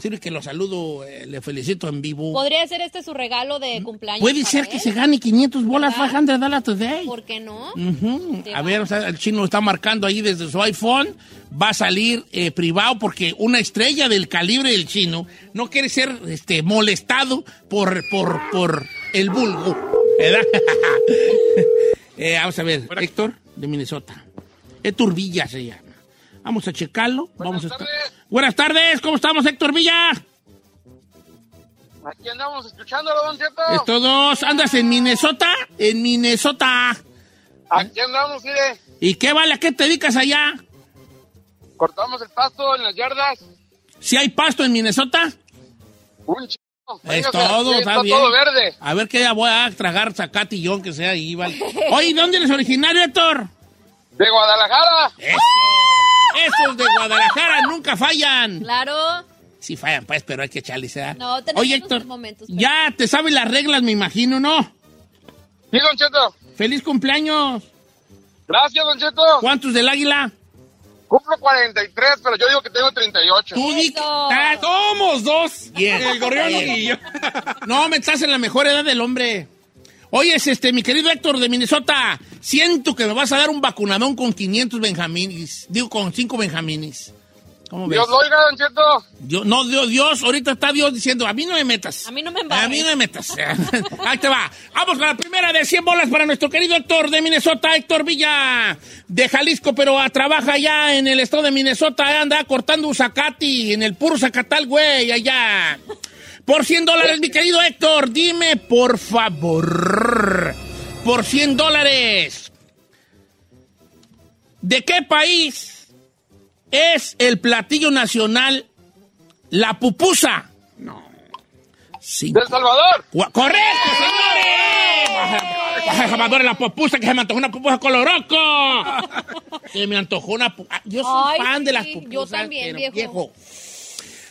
S3: Sirve que lo saludo, eh, le felicito en vivo.
S2: Podría ser este su regalo de cumpleaños.
S3: Puede
S2: para
S3: ser
S2: él?
S3: que se gane 500 bolas, 500 dólares today.
S2: ¿Por qué no?
S3: Ujú.
S2: Te
S3: A ver, o sea, el chino está marcando ahí desde su iPhone. Va a salir eh, privado porque una estrella del calibre del chino no quiere ser este, molestado por, por, por el vulgo. ¿Verdad? Eh, vamos a ver, Héctor de Minnesota. Héctor Villa se llama. Vamos a checarlo. Buenas, vamos a estar- Buenas tardes, ¿cómo estamos, Héctor Villa?
S15: Aquí andamos escuchándolo, Don Cheto.
S3: Estos dos, ¿andas en Minnesota? En Minnesota.
S15: Aquí andamos, mire.
S3: ¿Y qué vale? ¿A qué te dedicas allá?
S15: Cortamos el pasto en las yardas.
S3: ¿Si hay pasto en Minnesota?
S15: Un chico.
S3: Es todo,
S15: sí,
S3: está
S15: está
S3: bien.
S15: todo verde.
S3: A ver qué día voy a tragar sacatillón que sea ahí, vale. Oye, ¿dónde eres originario, Héctor?
S15: De Guadalajara.
S3: Esos de Guadalajara nunca fallan.
S2: Claro.
S3: Sí fallan, pues, pero hay que echarle, ¿eh?
S2: No, tenemos
S3: Oye,
S2: nuestros
S3: Héctor,
S2: momentos. pero-
S3: ya te sabes las reglas, me imagino, ¿no?
S15: Sí, Don Cheto.
S3: ¡Feliz cumpleaños!
S15: Gracias, Don Cheto.
S3: ¿Cuántos del águila?
S15: Cumplo 43, pero yo digo que tengo 38.
S3: Tú di que- Ah, ¡Somos dos!
S15: El gorrión y yo.
S3: No, me estás en la mejor edad del hombre. Oyes, este, mi querido Héctor de Minnesota, siento que me vas a dar un vacunadón con 500 benjamines. Digo, con 5 benjamines. ¿Cómo ves?
S15: Dios lo oiga, Don Cheto.
S3: Dios- no, Dios, Dios, ahorita está Dios diciendo, a mí no me metas. A mí no me metas. A mí no me metas. Ahí te va. Vamos con la primera de 100 bolas para nuestro querido Héctor de Minnesota, Héctor Villa, de Jalisco, pero ah, trabaja allá en el estado de Minnesota, anda cortando un zacati en el puro zacatal, güey, allá. Por 100 dólares, mi querido Héctor, dime, por favor, por 100 dólares, ¿de qué país es el platillo nacional la pupusa. No. ¡Del
S15: Salvador!
S3: ¡Correcto, señores! Baja El Salvador es la pupusa que se me antojó una pupusa coloroco. Se me antojó una pu- ah, Yo soy
S2: Ay,
S3: fan de
S2: sí,
S3: las pupusas.
S2: Yo también,
S3: pero,
S2: viejo.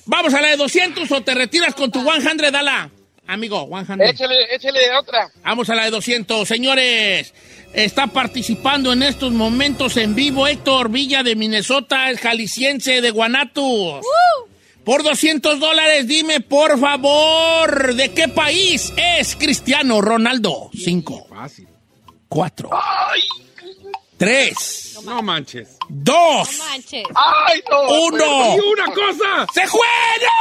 S3: Vamos a la de 200 o te retiras con tu 100, dala. Amigo, 100.
S15: Échale, échale otra.
S3: Vamos a la de 200, señores. Está participando en estos momentos en vivo Héctor Villa de Minnesota, el jalisciense de Guanatos. Por 200 dólares, dime por favor, ¿de qué país es Cristiano Ronaldo? 5,
S1: Fácil.
S3: 4, 3,
S1: No manches.
S3: 2,
S2: Manches.
S15: ¡Ay, no!
S3: Uno.
S1: ¡Y una cosa!
S3: ¡Se juega!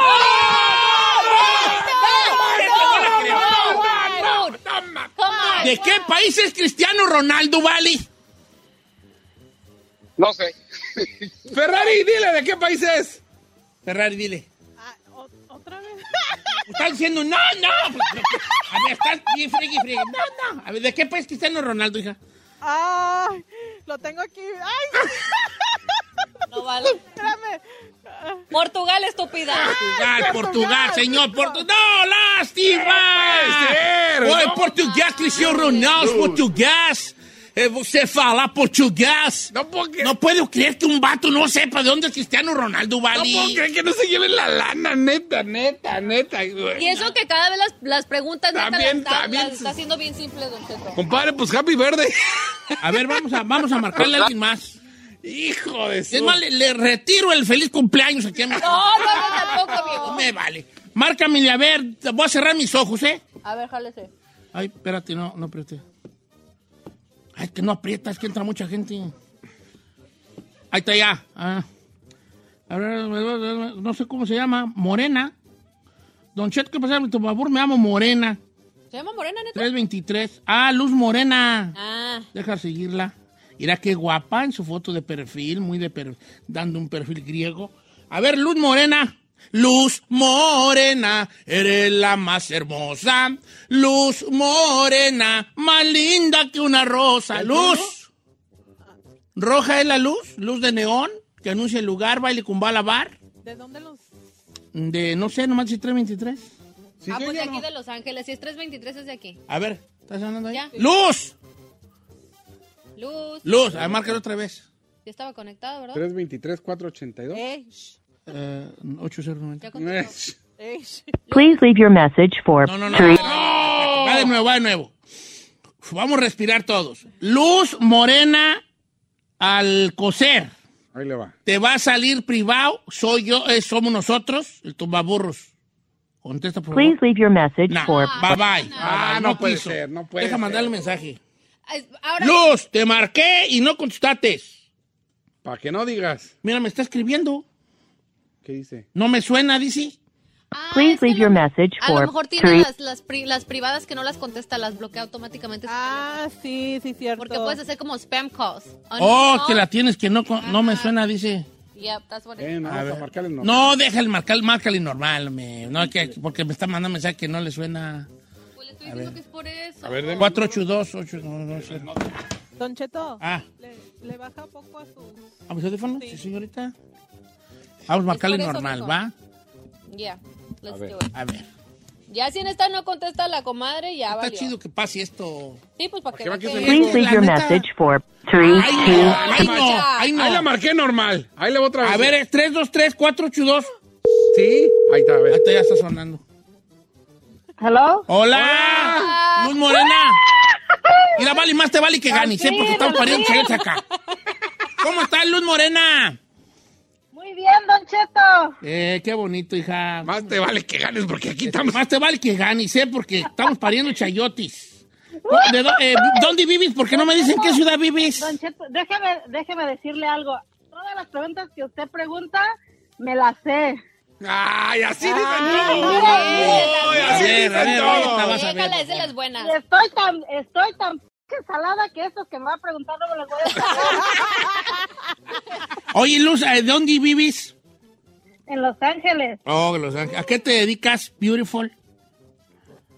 S3: ¿De qué país es Cristiano Ronaldo, Vali?
S15: No sé.
S1: Ferrari, dile de qué país es.
S3: Ferrari, dile. Están diciendo, no, no. pues, A ver, estás bien friggy, friggy. No, no. A ver, ¿de qué país Cristiano Ronaldo, hija?
S4: Ah, lo tengo aquí. ¡Ay!
S2: No vale.
S4: Espérame.
S2: Portugal, estúpida.
S14: Ah.
S3: Portugal, Portugal, señor, Portugal. ¡No, lástima!
S1: No Eh, puede ser,
S3: Oye,
S1: no.
S3: portugués, Cristiano Ronaldo, portugués. Eh, Você fala portugués.
S1: No puedo creer.
S3: No puedo creer que un vato no sepa de dónde es Cristiano Ronaldo,
S1: No
S3: Vali.
S1: puedo creer que no se lleven la lana, neta, neta, neta. güey.
S2: Y eso que cada vez las, las preguntas neta,
S1: También,
S2: las, está-
S1: también.
S2: las está haciendo bien simple, don Cheto.
S1: Compadre, pues Happy Verde.
S3: A ver, vamos a, vamos a marcarle a alguien más.
S1: Hijo de
S3: Es más, le, le retiro el feliz cumpleaños aquí a mi...
S2: No, no, no, tampoco, viejo.
S3: Me vale. Márcame y a ver, voy a cerrar mis ojos, ¿eh?
S2: A ver, jálese.
S3: Ay, espérate, no, no apriete. Ay, que no aprieta, es que entra mucha gente. Ahí está ya. Ah. A ver, No sé cómo se llama. Morena. Don Chet, ¿qué pasa? Tu favor, me llamo Morena.
S2: ¿Se llama Morena, neta?
S3: 323. Ah, Luz Morena.
S2: Ah.
S3: Deja seguirla. Mira qué guapa en su foto de perfil, muy de perfil, dando un perfil griego. A ver, Luz Morena. Luz Morena, eres la más hermosa. Luz Morena, más linda que una rosa. Luz. Roja es la luz, luz de neón, que anuncia el lugar, baile con bar.
S4: ¿De dónde los.?
S3: De, no sé, nomás si 323.
S2: ah, pues de aquí de Los Ángeles. Si es 323, es de aquí.
S3: A ver, ¿estás sonando ahí?
S2: Ya.
S3: ¡Luz!
S2: Luz.
S3: Luz, a ver, márcalo otra vez.
S2: Ya estaba conectado, ¿verdad?
S1: 323 482.
S4: Eh,
S3: Eh, 8090.
S4: eh.
S16: Please leave your message for
S3: No, no, no.
S16: three.
S3: Va de nuevo, va de nuevo. Uf, Vamos a respirar todos. Luz morena al coser.
S1: Ahí le va.
S3: Te va a salir privado. Soy yo, eh, somos nosotros, el tumbaburros. Contesta por
S16: Please
S3: favor.
S16: leave your message
S3: Nah,
S16: for.
S3: bye bye.
S1: Ah, Pues, no puede ser, no puede
S3: Deja
S1: ser.
S3: mandarle un mensaje.
S2: Ah, es- Ahora.
S3: Luz, te marqué y no contestates.
S1: Para que no digas.
S3: Mira, me está escribiendo.
S1: ¿Qué dice?
S3: No me suena, dice.
S16: Please leave your message
S2: A lo
S16: for
S2: mejor tiene
S16: three.
S2: las, las, pri- las privadas que no las contesta, las bloquea automáticamente.
S4: Ah, sí, sí, cierto.
S2: Porque puedes hacer como spam calls.
S3: Oh,
S2: no.
S3: que la tienes que no, con- no me suena, dice.
S2: Yep, that's what it
S1: Eh,
S2: is.
S1: no,
S3: A
S1: a
S3: ver.
S1: marcarle no.
S3: No, deja el marcar, márcale normal, me. No, que, porque me está mandando mensaje que no le suena. A ver,
S2: Es por eso.
S3: a ver 482, 8, no, no sé.
S4: Don Cheto,
S3: Ah,
S4: le, le baja poco a su...
S1: ¿Ah,
S3: ¿a mi teléfono? Sí, señorita. Vamos a marcarle
S2: Es por eso,
S3: normal,
S2: mijo.
S3: ¿va?
S2: Yeah, let's
S3: A ver.
S2: do it.
S3: A ver.
S2: Ya si en esta no contesta la comadre, ya
S3: Está
S2: valió.
S3: chido que pase esto.
S2: Sí, pues para que
S3: va
S2: no
S3: que
S2: quede-
S3: se-
S16: Please leave your message for three, two,
S3: Ay, no, ay, no.
S1: Ahí la marqué normal. Ahí la voy otra vez.
S3: A ver, es 323, 482.
S1: Sí. Ahí está, a ver.
S3: Ahorita ya está sonando.
S17: Hello.
S3: ¡Hola! ¡Luz Morena! Mira, vale, más te vale que gane, sé porque estamos pariendo chayotes acá. ¿Cómo estás, Luz Morena?
S17: Muy bien, Don Cheto.
S3: Eh, qué bonito, hija.
S1: Más te vale que ganes porque aquí estamos.
S3: Más te vale que gane, sé porque estamos pariendo chayotis. ¿De dó- eh, ¿Dónde vives? ¿Por qué no me dicen qué ciudad vives?
S17: Don Cheto, déjeme, déjeme decirle algo. Todas las preguntas que usted pregunta, me las sé.
S1: Ay, así dicen
S4: Ah,
S17: Ay,
S1: todos.
S17: mira,
S1: Ay,
S3: mira.
S1: así
S3: A ver, a
S1: dicen
S3: ver,
S1: todos.
S3: ahorita vas a ver.
S2: Déjala, esa es las buenas.
S17: Y estoy tan, estoy tan pinche salada que estos que me va a preguntar no me los voy a saber.
S3: Oye, Luz, eh, ¿de dónde vives?
S17: en Los Ángeles.
S3: Oh, Los Ángeles. ¿A qué te dedicas, beautiful?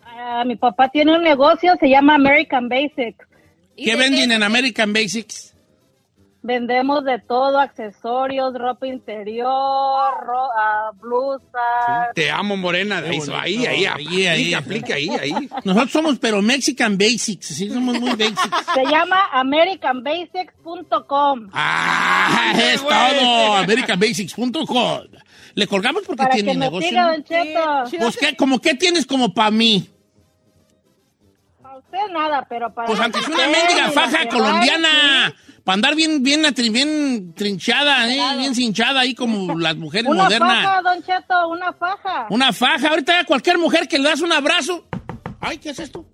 S17: ah, mi papá tiene un negocio, se llama American Basics.
S3: ¿Qué venden en American Basics?
S17: Vendemos de todo, accesorios, ropa interior, ro- ah, blusas.
S1: Te amo, Morena. de eso. Ahí,
S3: Ahí,
S1: ahí, aplica,
S3: ahí.
S1: aplica, ahí, ahí.
S3: Nosotros somos, pero Mexican Basics, sí, somos muy basics.
S17: Se llama AmericanBasics.com.
S3: Ah, es todo. AmericanBasics.com. Le colgamos porque
S17: Para
S3: tiene
S17: que me
S3: negocio.
S17: siga,
S3: ¿no?
S17: Don Cheto.
S3: Pues, ¿qué, como, ¿qué tienes como para mí?
S17: A usted nada, pero para.
S3: Pues, aunque es una
S17: usted,
S3: mendiga
S17: ni
S3: faja
S17: Ferrari,
S3: colombiana. Para andar bien, bien, atri- bien trinchada, ¿eh? bien cinchada ahí como las
S17: sí.
S3: mujeres
S17: Una
S3: modernas.
S17: faja, Don Cheto, una faja.
S3: Una faja. Ahorita cualquier mujer que le das un abrazo. Ay, ¿qué es esto?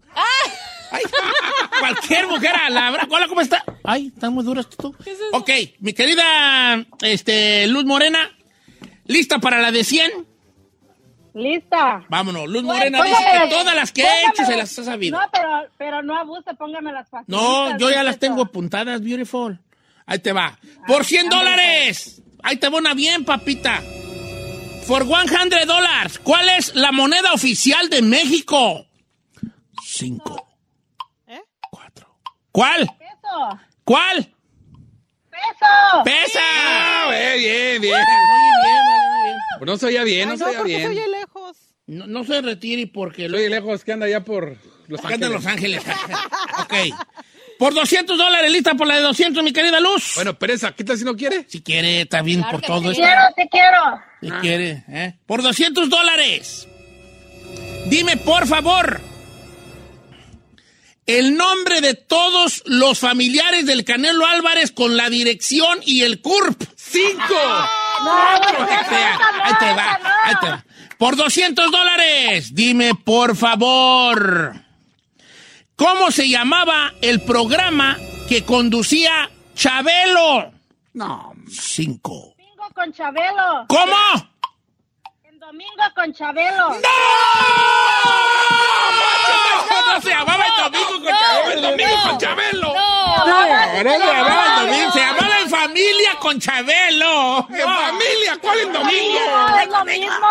S3: Ay, cualquier mujer a la abra- Hola, ¿cómo está? Ay, están muy duras tú. Ok, mi querida este, Luz Morena, ¿lista para la de 100?
S17: Lista.
S3: Vámonos, Luz
S17: Bueno,
S3: Morena dice
S17: póngame-
S3: que todas las que he hecho se
S17: póngame-
S3: las ha sabido.
S17: No, pero, pero no abuse, póngame las fajitas.
S3: No, yo ya
S17: Don
S3: las
S17: Cheto.
S3: tengo apuntadas, beautiful. Ahí te va. Por 100
S17: pues.
S3: dólares. Ahí te va una bien, papita. Por 100 dólares. ¿Cuál es la moneda oficial de México? Cinco. Cuatro. ¿Cuál?
S17: Peso,
S3: ¿Cuál?
S17: peso.
S3: ¡Pesa!
S1: Ah, güey, bien, bien. Pues no se oía bien, no
S4: Ay,
S1: se
S4: no,
S1: oía
S4: ¿por qué se
S1: bien.
S4: oye lejos?
S3: No, no se retire porque...
S1: Soy lejos que anda allá por Los
S3: Acá de
S1: Ángeles.
S3: Los Ángeles. ok. Por 200 dólares, lista por la de 200, mi querida Luz.
S1: Bueno, Pérez, aquí está si no quiere.
S3: Si quiere, está bien
S17: Claro
S3: por
S17: que
S3: todo
S17: te
S3: esto.
S17: quiero, te quiero.
S3: Si quiere, ¿eh? Por 200 dólares. Dime, por favor, el nombre de todos los familiares del Canelo Álvarez con la dirección y el CURP.
S1: ¡Cinco!
S17: No,
S3: Ahí
S17: no,
S3: te va, ahí te va. Por 200 dólares, dime, por favor, ¿cómo se llamaba el programa que conducía Chabelo?
S1: No.
S3: Cinco.
S17: Domingo con Chabelo.
S3: ¿Cómo?
S17: En domingo con Chabelo.
S3: No se llamaba el domingo con Chabelo, el domingo con Chabelo. Por eso se llamaba el domingo, se llamaba en familia con Chabelo.
S1: ¡En familia! ¿Cuál en domingo?
S17: No, es lo mismo.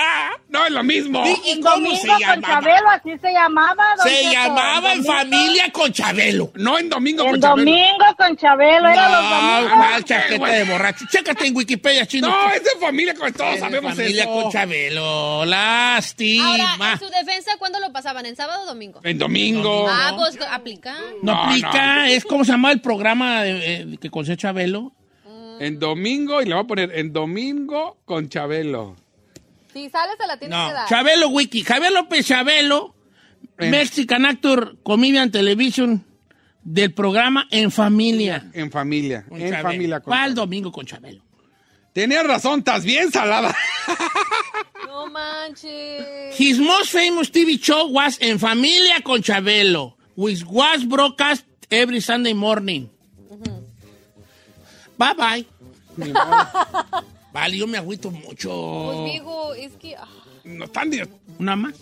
S3: Ah,
S1: No, es lo mismo.
S3: ¿Y y
S17: En
S3: cómo se
S17: domingo con
S3: llamaba?
S17: Chabelo, así se llamaba. don
S3: Se
S17: Cheto.
S3: llamaba en
S17: Domingo-
S3: familia con Chabelo.
S1: No, en domingo
S17: En
S1: con Chabelo.
S17: domingo con Chabelo, era los
S3: No,
S17: domingos.
S3: mal chaqueta de borracho. Chécate en Wikipedia, chino.
S1: No, es de familia con todos
S3: En
S1: sabemos
S3: familia
S1: eso.
S3: con Chabelo.
S2: Ahora,
S3: Lástima.
S2: en su defensa, ¿cuándo lo pasaban? ¿En sábado o domingo?
S1: En domingo.
S2: Ah, pues aplica.
S3: No
S1: No,
S3: aplica. Es como se llama el programa de- eh, que concedió Chabelo.
S1: En domingo, y le voy a poner en domingo con Chabelo.
S2: Si sales, se la tienes que
S3: No,
S2: dar.
S3: Chabelo Wiki, Javier López Chabelo, Mexican actor, comedian television del programa En Familia.
S1: En familia.
S3: con
S1: en
S3: Chabelo.
S1: familia con
S3: ¿Cuál domingo con Chabelo?
S1: Tenías razón, estás bien salada.
S2: No manches.
S3: His most famous TV show was En Familia con Chabelo, which was broadcast every Sunday morning. Bye bye. Vale, yo me agüito
S2: Pues
S3: mucho.
S2: digo, es que. ah,
S1: No están ni-
S3: Una más.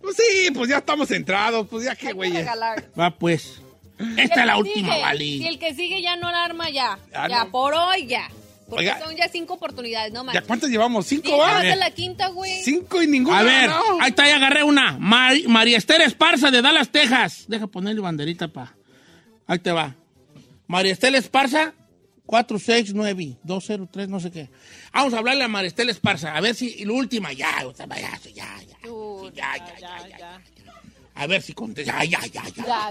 S1: Pues sí, pues ya estamos entrados, pues ya que
S2: hay que
S1: güey.
S2: regalar.
S3: Va pues.
S2: Y el
S3: Esta es la
S2: que
S3: última,
S2: sigue,
S3: Vali.
S2: Si el que sigue ya no la arma, ya.
S1: Ah,
S2: ya,
S1: no.
S2: por hoy ya. Porque
S3: Oiga.
S2: son ya cinco oportunidades, no
S1: ¿Ya
S2: manches.
S1: cuántas llevamos?
S2: Sí,
S1: ¿Cinco, va?
S2: vamos a la quinta, güey.
S1: Cinco y ninguna.
S3: A ver,
S1: no.
S3: ahí está, ya agarré una. Mari- María Esther Esparza de Dallas, Texas. Deja ponerle banderita pa. Ahí te va. María Esther Esparza, 469-203, no sé qué. Vamos a hablarle a María Esther Esparza. A ver si la última, ya, o sea, ya, ya, ya, ya. ya, ya, ya, ya, A ver si contesta. Ya, ya, ya, ya.
S2: Ya.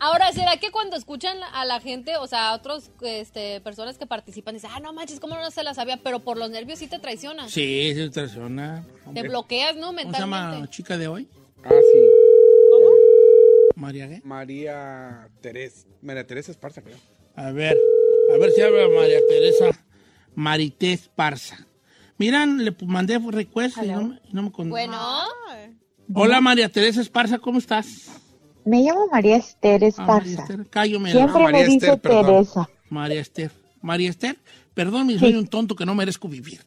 S2: Ahora, ¿será que cuando escuchan a la gente, o sea, a otras este, personas que participan, dicen, ah, no manches, ¿cómo no se la sabía? Pero por los nervios sí te traicionas.
S3: Sí, es otra persona.
S2: Te bloqueas, ¿no?
S3: ¿Cómo se
S2: Mentalmente.
S3: llama chica de hoy?
S1: Ah, sí.
S3: María, ¿qué?
S1: María Teresa. María Teresa Esparza, creo.
S3: A ver, a ver si habla María Teresa Marité Esparza. Miran, le pu- mandé request y no me, y no me contestó.
S2: Bueno.
S3: Hola María Teresa Esparza, ¿cómo estás?
S18: Me llamo María Esther
S3: Ah, María
S18: Esparza.
S3: Esther, cállame.
S18: Siempre me dice Teresa.
S3: María Esther. María Esther, perdón, soy un tonto que no merezco vivir.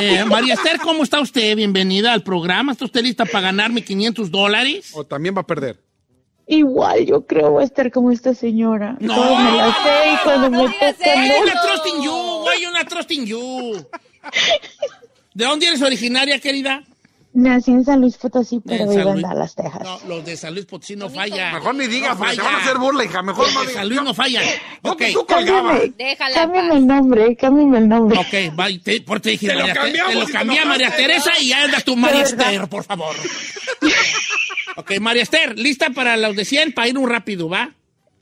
S3: Eh, María Esther, ¿cómo está usted? Bienvenida al programa. ¿Está usted lista para ganarme 500 dólares?
S1: O también va a perder.
S18: Igual yo creo voy a estar como esta señora.
S3: No.
S18: Todo me la sé y cuando me toca
S3: Why
S18: no.
S3: ¡Eh, una trusting you? Why una trusting you? ¿De dónde eres originaria, querida?
S18: Nací en San Luis Potosí,
S3: En
S18: pero
S3: San
S18: vivo en
S3: Luis.
S18: Dallas, Texas.
S3: No, los de San Luis Potosí no fallan.
S18: Mejor ni digas, porque te van a hacer
S3: burla, hija.
S18: Mejor
S3: los de San Luis no fallan. Ok.
S18: Cámbiame,
S2: Déjala.
S18: cámbiame el nombre, cámbiame el nombre.
S3: Ok, va, y te, por te dije,
S18: Te lo
S3: María, Te-
S18: cambiamos
S3: te lo
S18: y te
S3: cambié a María
S18: enojaste,
S3: Teresa
S18: ¿no?
S3: y ya andas tu
S18: De
S3: María
S18: verdad.
S3: Esther, por favor. ok, María Esther, lista para los de 100 para ir un rápido, ¿va?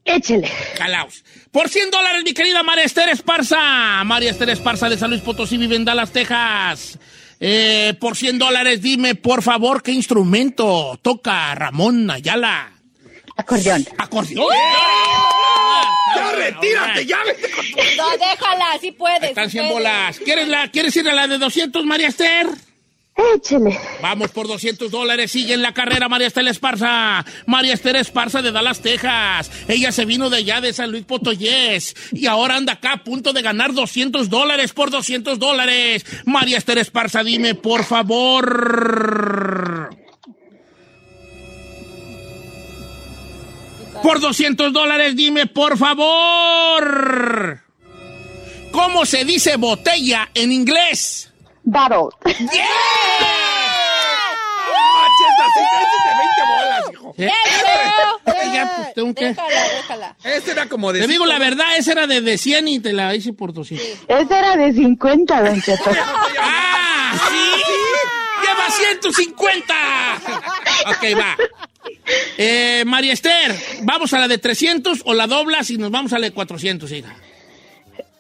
S18: Échele.
S3: Calaos. Por 100 dólares, mi querida María Esther Esparza. María Esther Esparza de San Luis Potosí vive en Dallas, Texas. Eh, por 100 dólares, dime, por favor, qué instrumento toca Ramón Ayala.
S18: Acordeón.
S3: Acordeón. ¡Oh! ¡Eh! ¡Ya retírate, ya vete con
S2: No, déjala, sí puedes.
S3: Están
S2: sí
S3: 100
S2: puedes.
S3: bolas. ¿Quieres, la, ¿Quieres ir a la de 200, María Esther?
S18: Échele.
S3: Vamos por 200 dólares. Sigue en la carrera María Esther Esparza. María Esther Esparza de Dallas, Texas. Ella se vino de allá, de San Luis Potoyés. Y ahora anda acá a punto de ganar 200 dólares por 200 dólares. María Esther Esparza, dime, por favor. Por 200 dólares, dime, por favor. ¿Cómo se dice botella en inglés?
S18: Bottle.
S3: ¿Eh? Ya, pues, tengo que-
S2: Déjala, déjala.
S1: Ese era como de.
S3: Te digo
S1: cinco.
S3: la verdad, esa era de, de 100 y te la hice por 200.
S18: Esa era de 50, don Cheto.
S3: ¡Ah, sí! ¡Lleva 150! Ok, va. Eh, María Esther, ¿vamos a la de 300 o la doblas y nos vamos a la de 400, hija?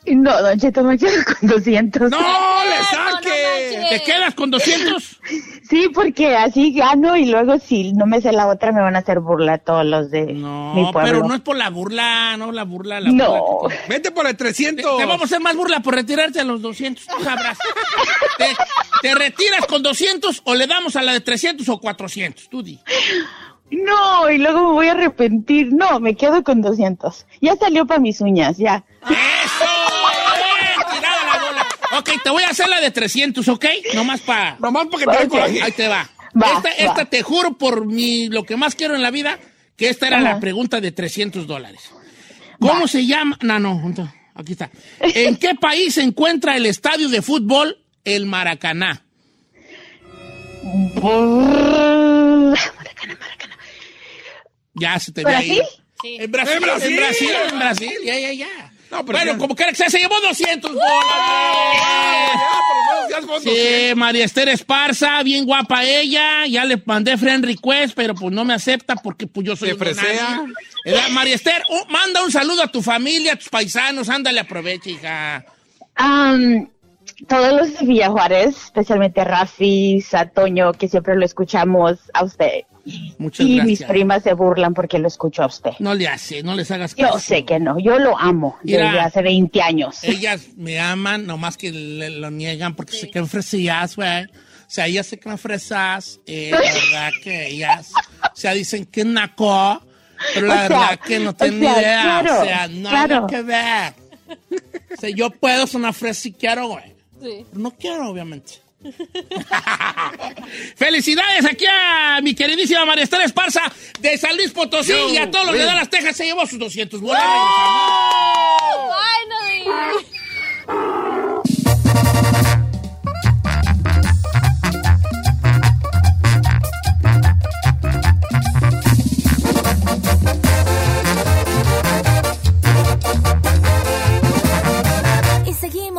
S18: No, don Cheto, me quedo con 200.
S3: ¡No le saques! ¿Te quedas con 200?
S18: Sí, porque así gano y luego si no me sé la otra me van a hacer burla todos los de mi
S3: No, pero
S18: pueblo.
S3: no es por la burla, no la burla, la burla.
S18: No.
S3: Vete por el 300. Te, te vamos a hacer más burla por retirarte a los 200. Tú sabrás. te, te retiras con 200 o le damos a la de 300 o 400? Tú di.
S18: No, y luego me voy a arrepentir. No, me quedo con 200. Ya salió para mis uñas, ya.
S3: Tirada la bola. Ok, te voy a hacer la de 300, ¿ok? Nomás para... Nomás para
S1: que te dé coraje.
S3: Ahí te va.
S1: Va,
S3: esta,
S1: va.
S3: esta te juro por mi, lo que más quiero en la vida, que esta era
S1: Ajá.
S3: la pregunta de 300 dólares. ¿Cómo se llama? No, no, junto. aquí está. ¿En qué país se encuentra el estadio de fútbol El Maracaná?
S18: Brrr.
S3: Ya se te ve ahí.
S18: ¿Brasil?
S3: En Brasil, en Brasil, en Brasil, ya, ya, ya. bueno, como quiera que sea, se llevó 200 dólares. Sí, María Esther Esparza, bien guapa ella. Ya le mandé friend request, pero pues no me acepta porque pues yo soy
S1: Te
S3: un
S1: presea.
S3: nadie. ¿Verdad? María Esther, oh, manda un saludo a tu familia, a tus paisanos. Ándale, aprovecha, hija.
S18: Am, todos los de Villa Juárez, especialmente a Rafi, a Toño, que siempre lo escuchamos a usted.
S3: Muchas
S18: y
S3: gracias.
S18: mis primas se burlan porque lo escucho a usted.
S3: No le hace, no les hagas caso.
S18: Yo sé que no, yo lo amo desde
S3: Mira.
S18: hace 20 años.
S3: Ellas me aman, nomás que le- lo niegan porque se quedan fresillas, güey. O sea, ellas se quedan fresas. eh, la verdad que ellas, o sea, dicen que naco, pero la
S11: O sea,
S3: verdad que no
S11: o
S3: tienen
S11: sea,
S3: idea.
S11: claro,
S3: o sea, nada
S11: claro.
S3: que ver. O sea, yo puedo sonar fresa si quiero, güey.
S2: Sí.
S3: Pero no quiero, obviamente. Felicidades aquí a mi queridísima María Esther Esparza de San Luis Potosí
S11: Yo,
S3: y a todos los de
S11: güey.
S3: Dallas, Texas. Se llevó sus 200 bolas.
S2: Finally.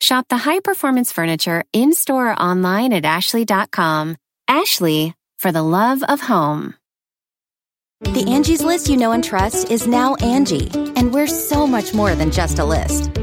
S13: Shop the high performance furniture in store or online at ashley.com. Ashley, for the love of home.
S19: The Angie's list you know and trust is now Angie, and we're so much more than just a list.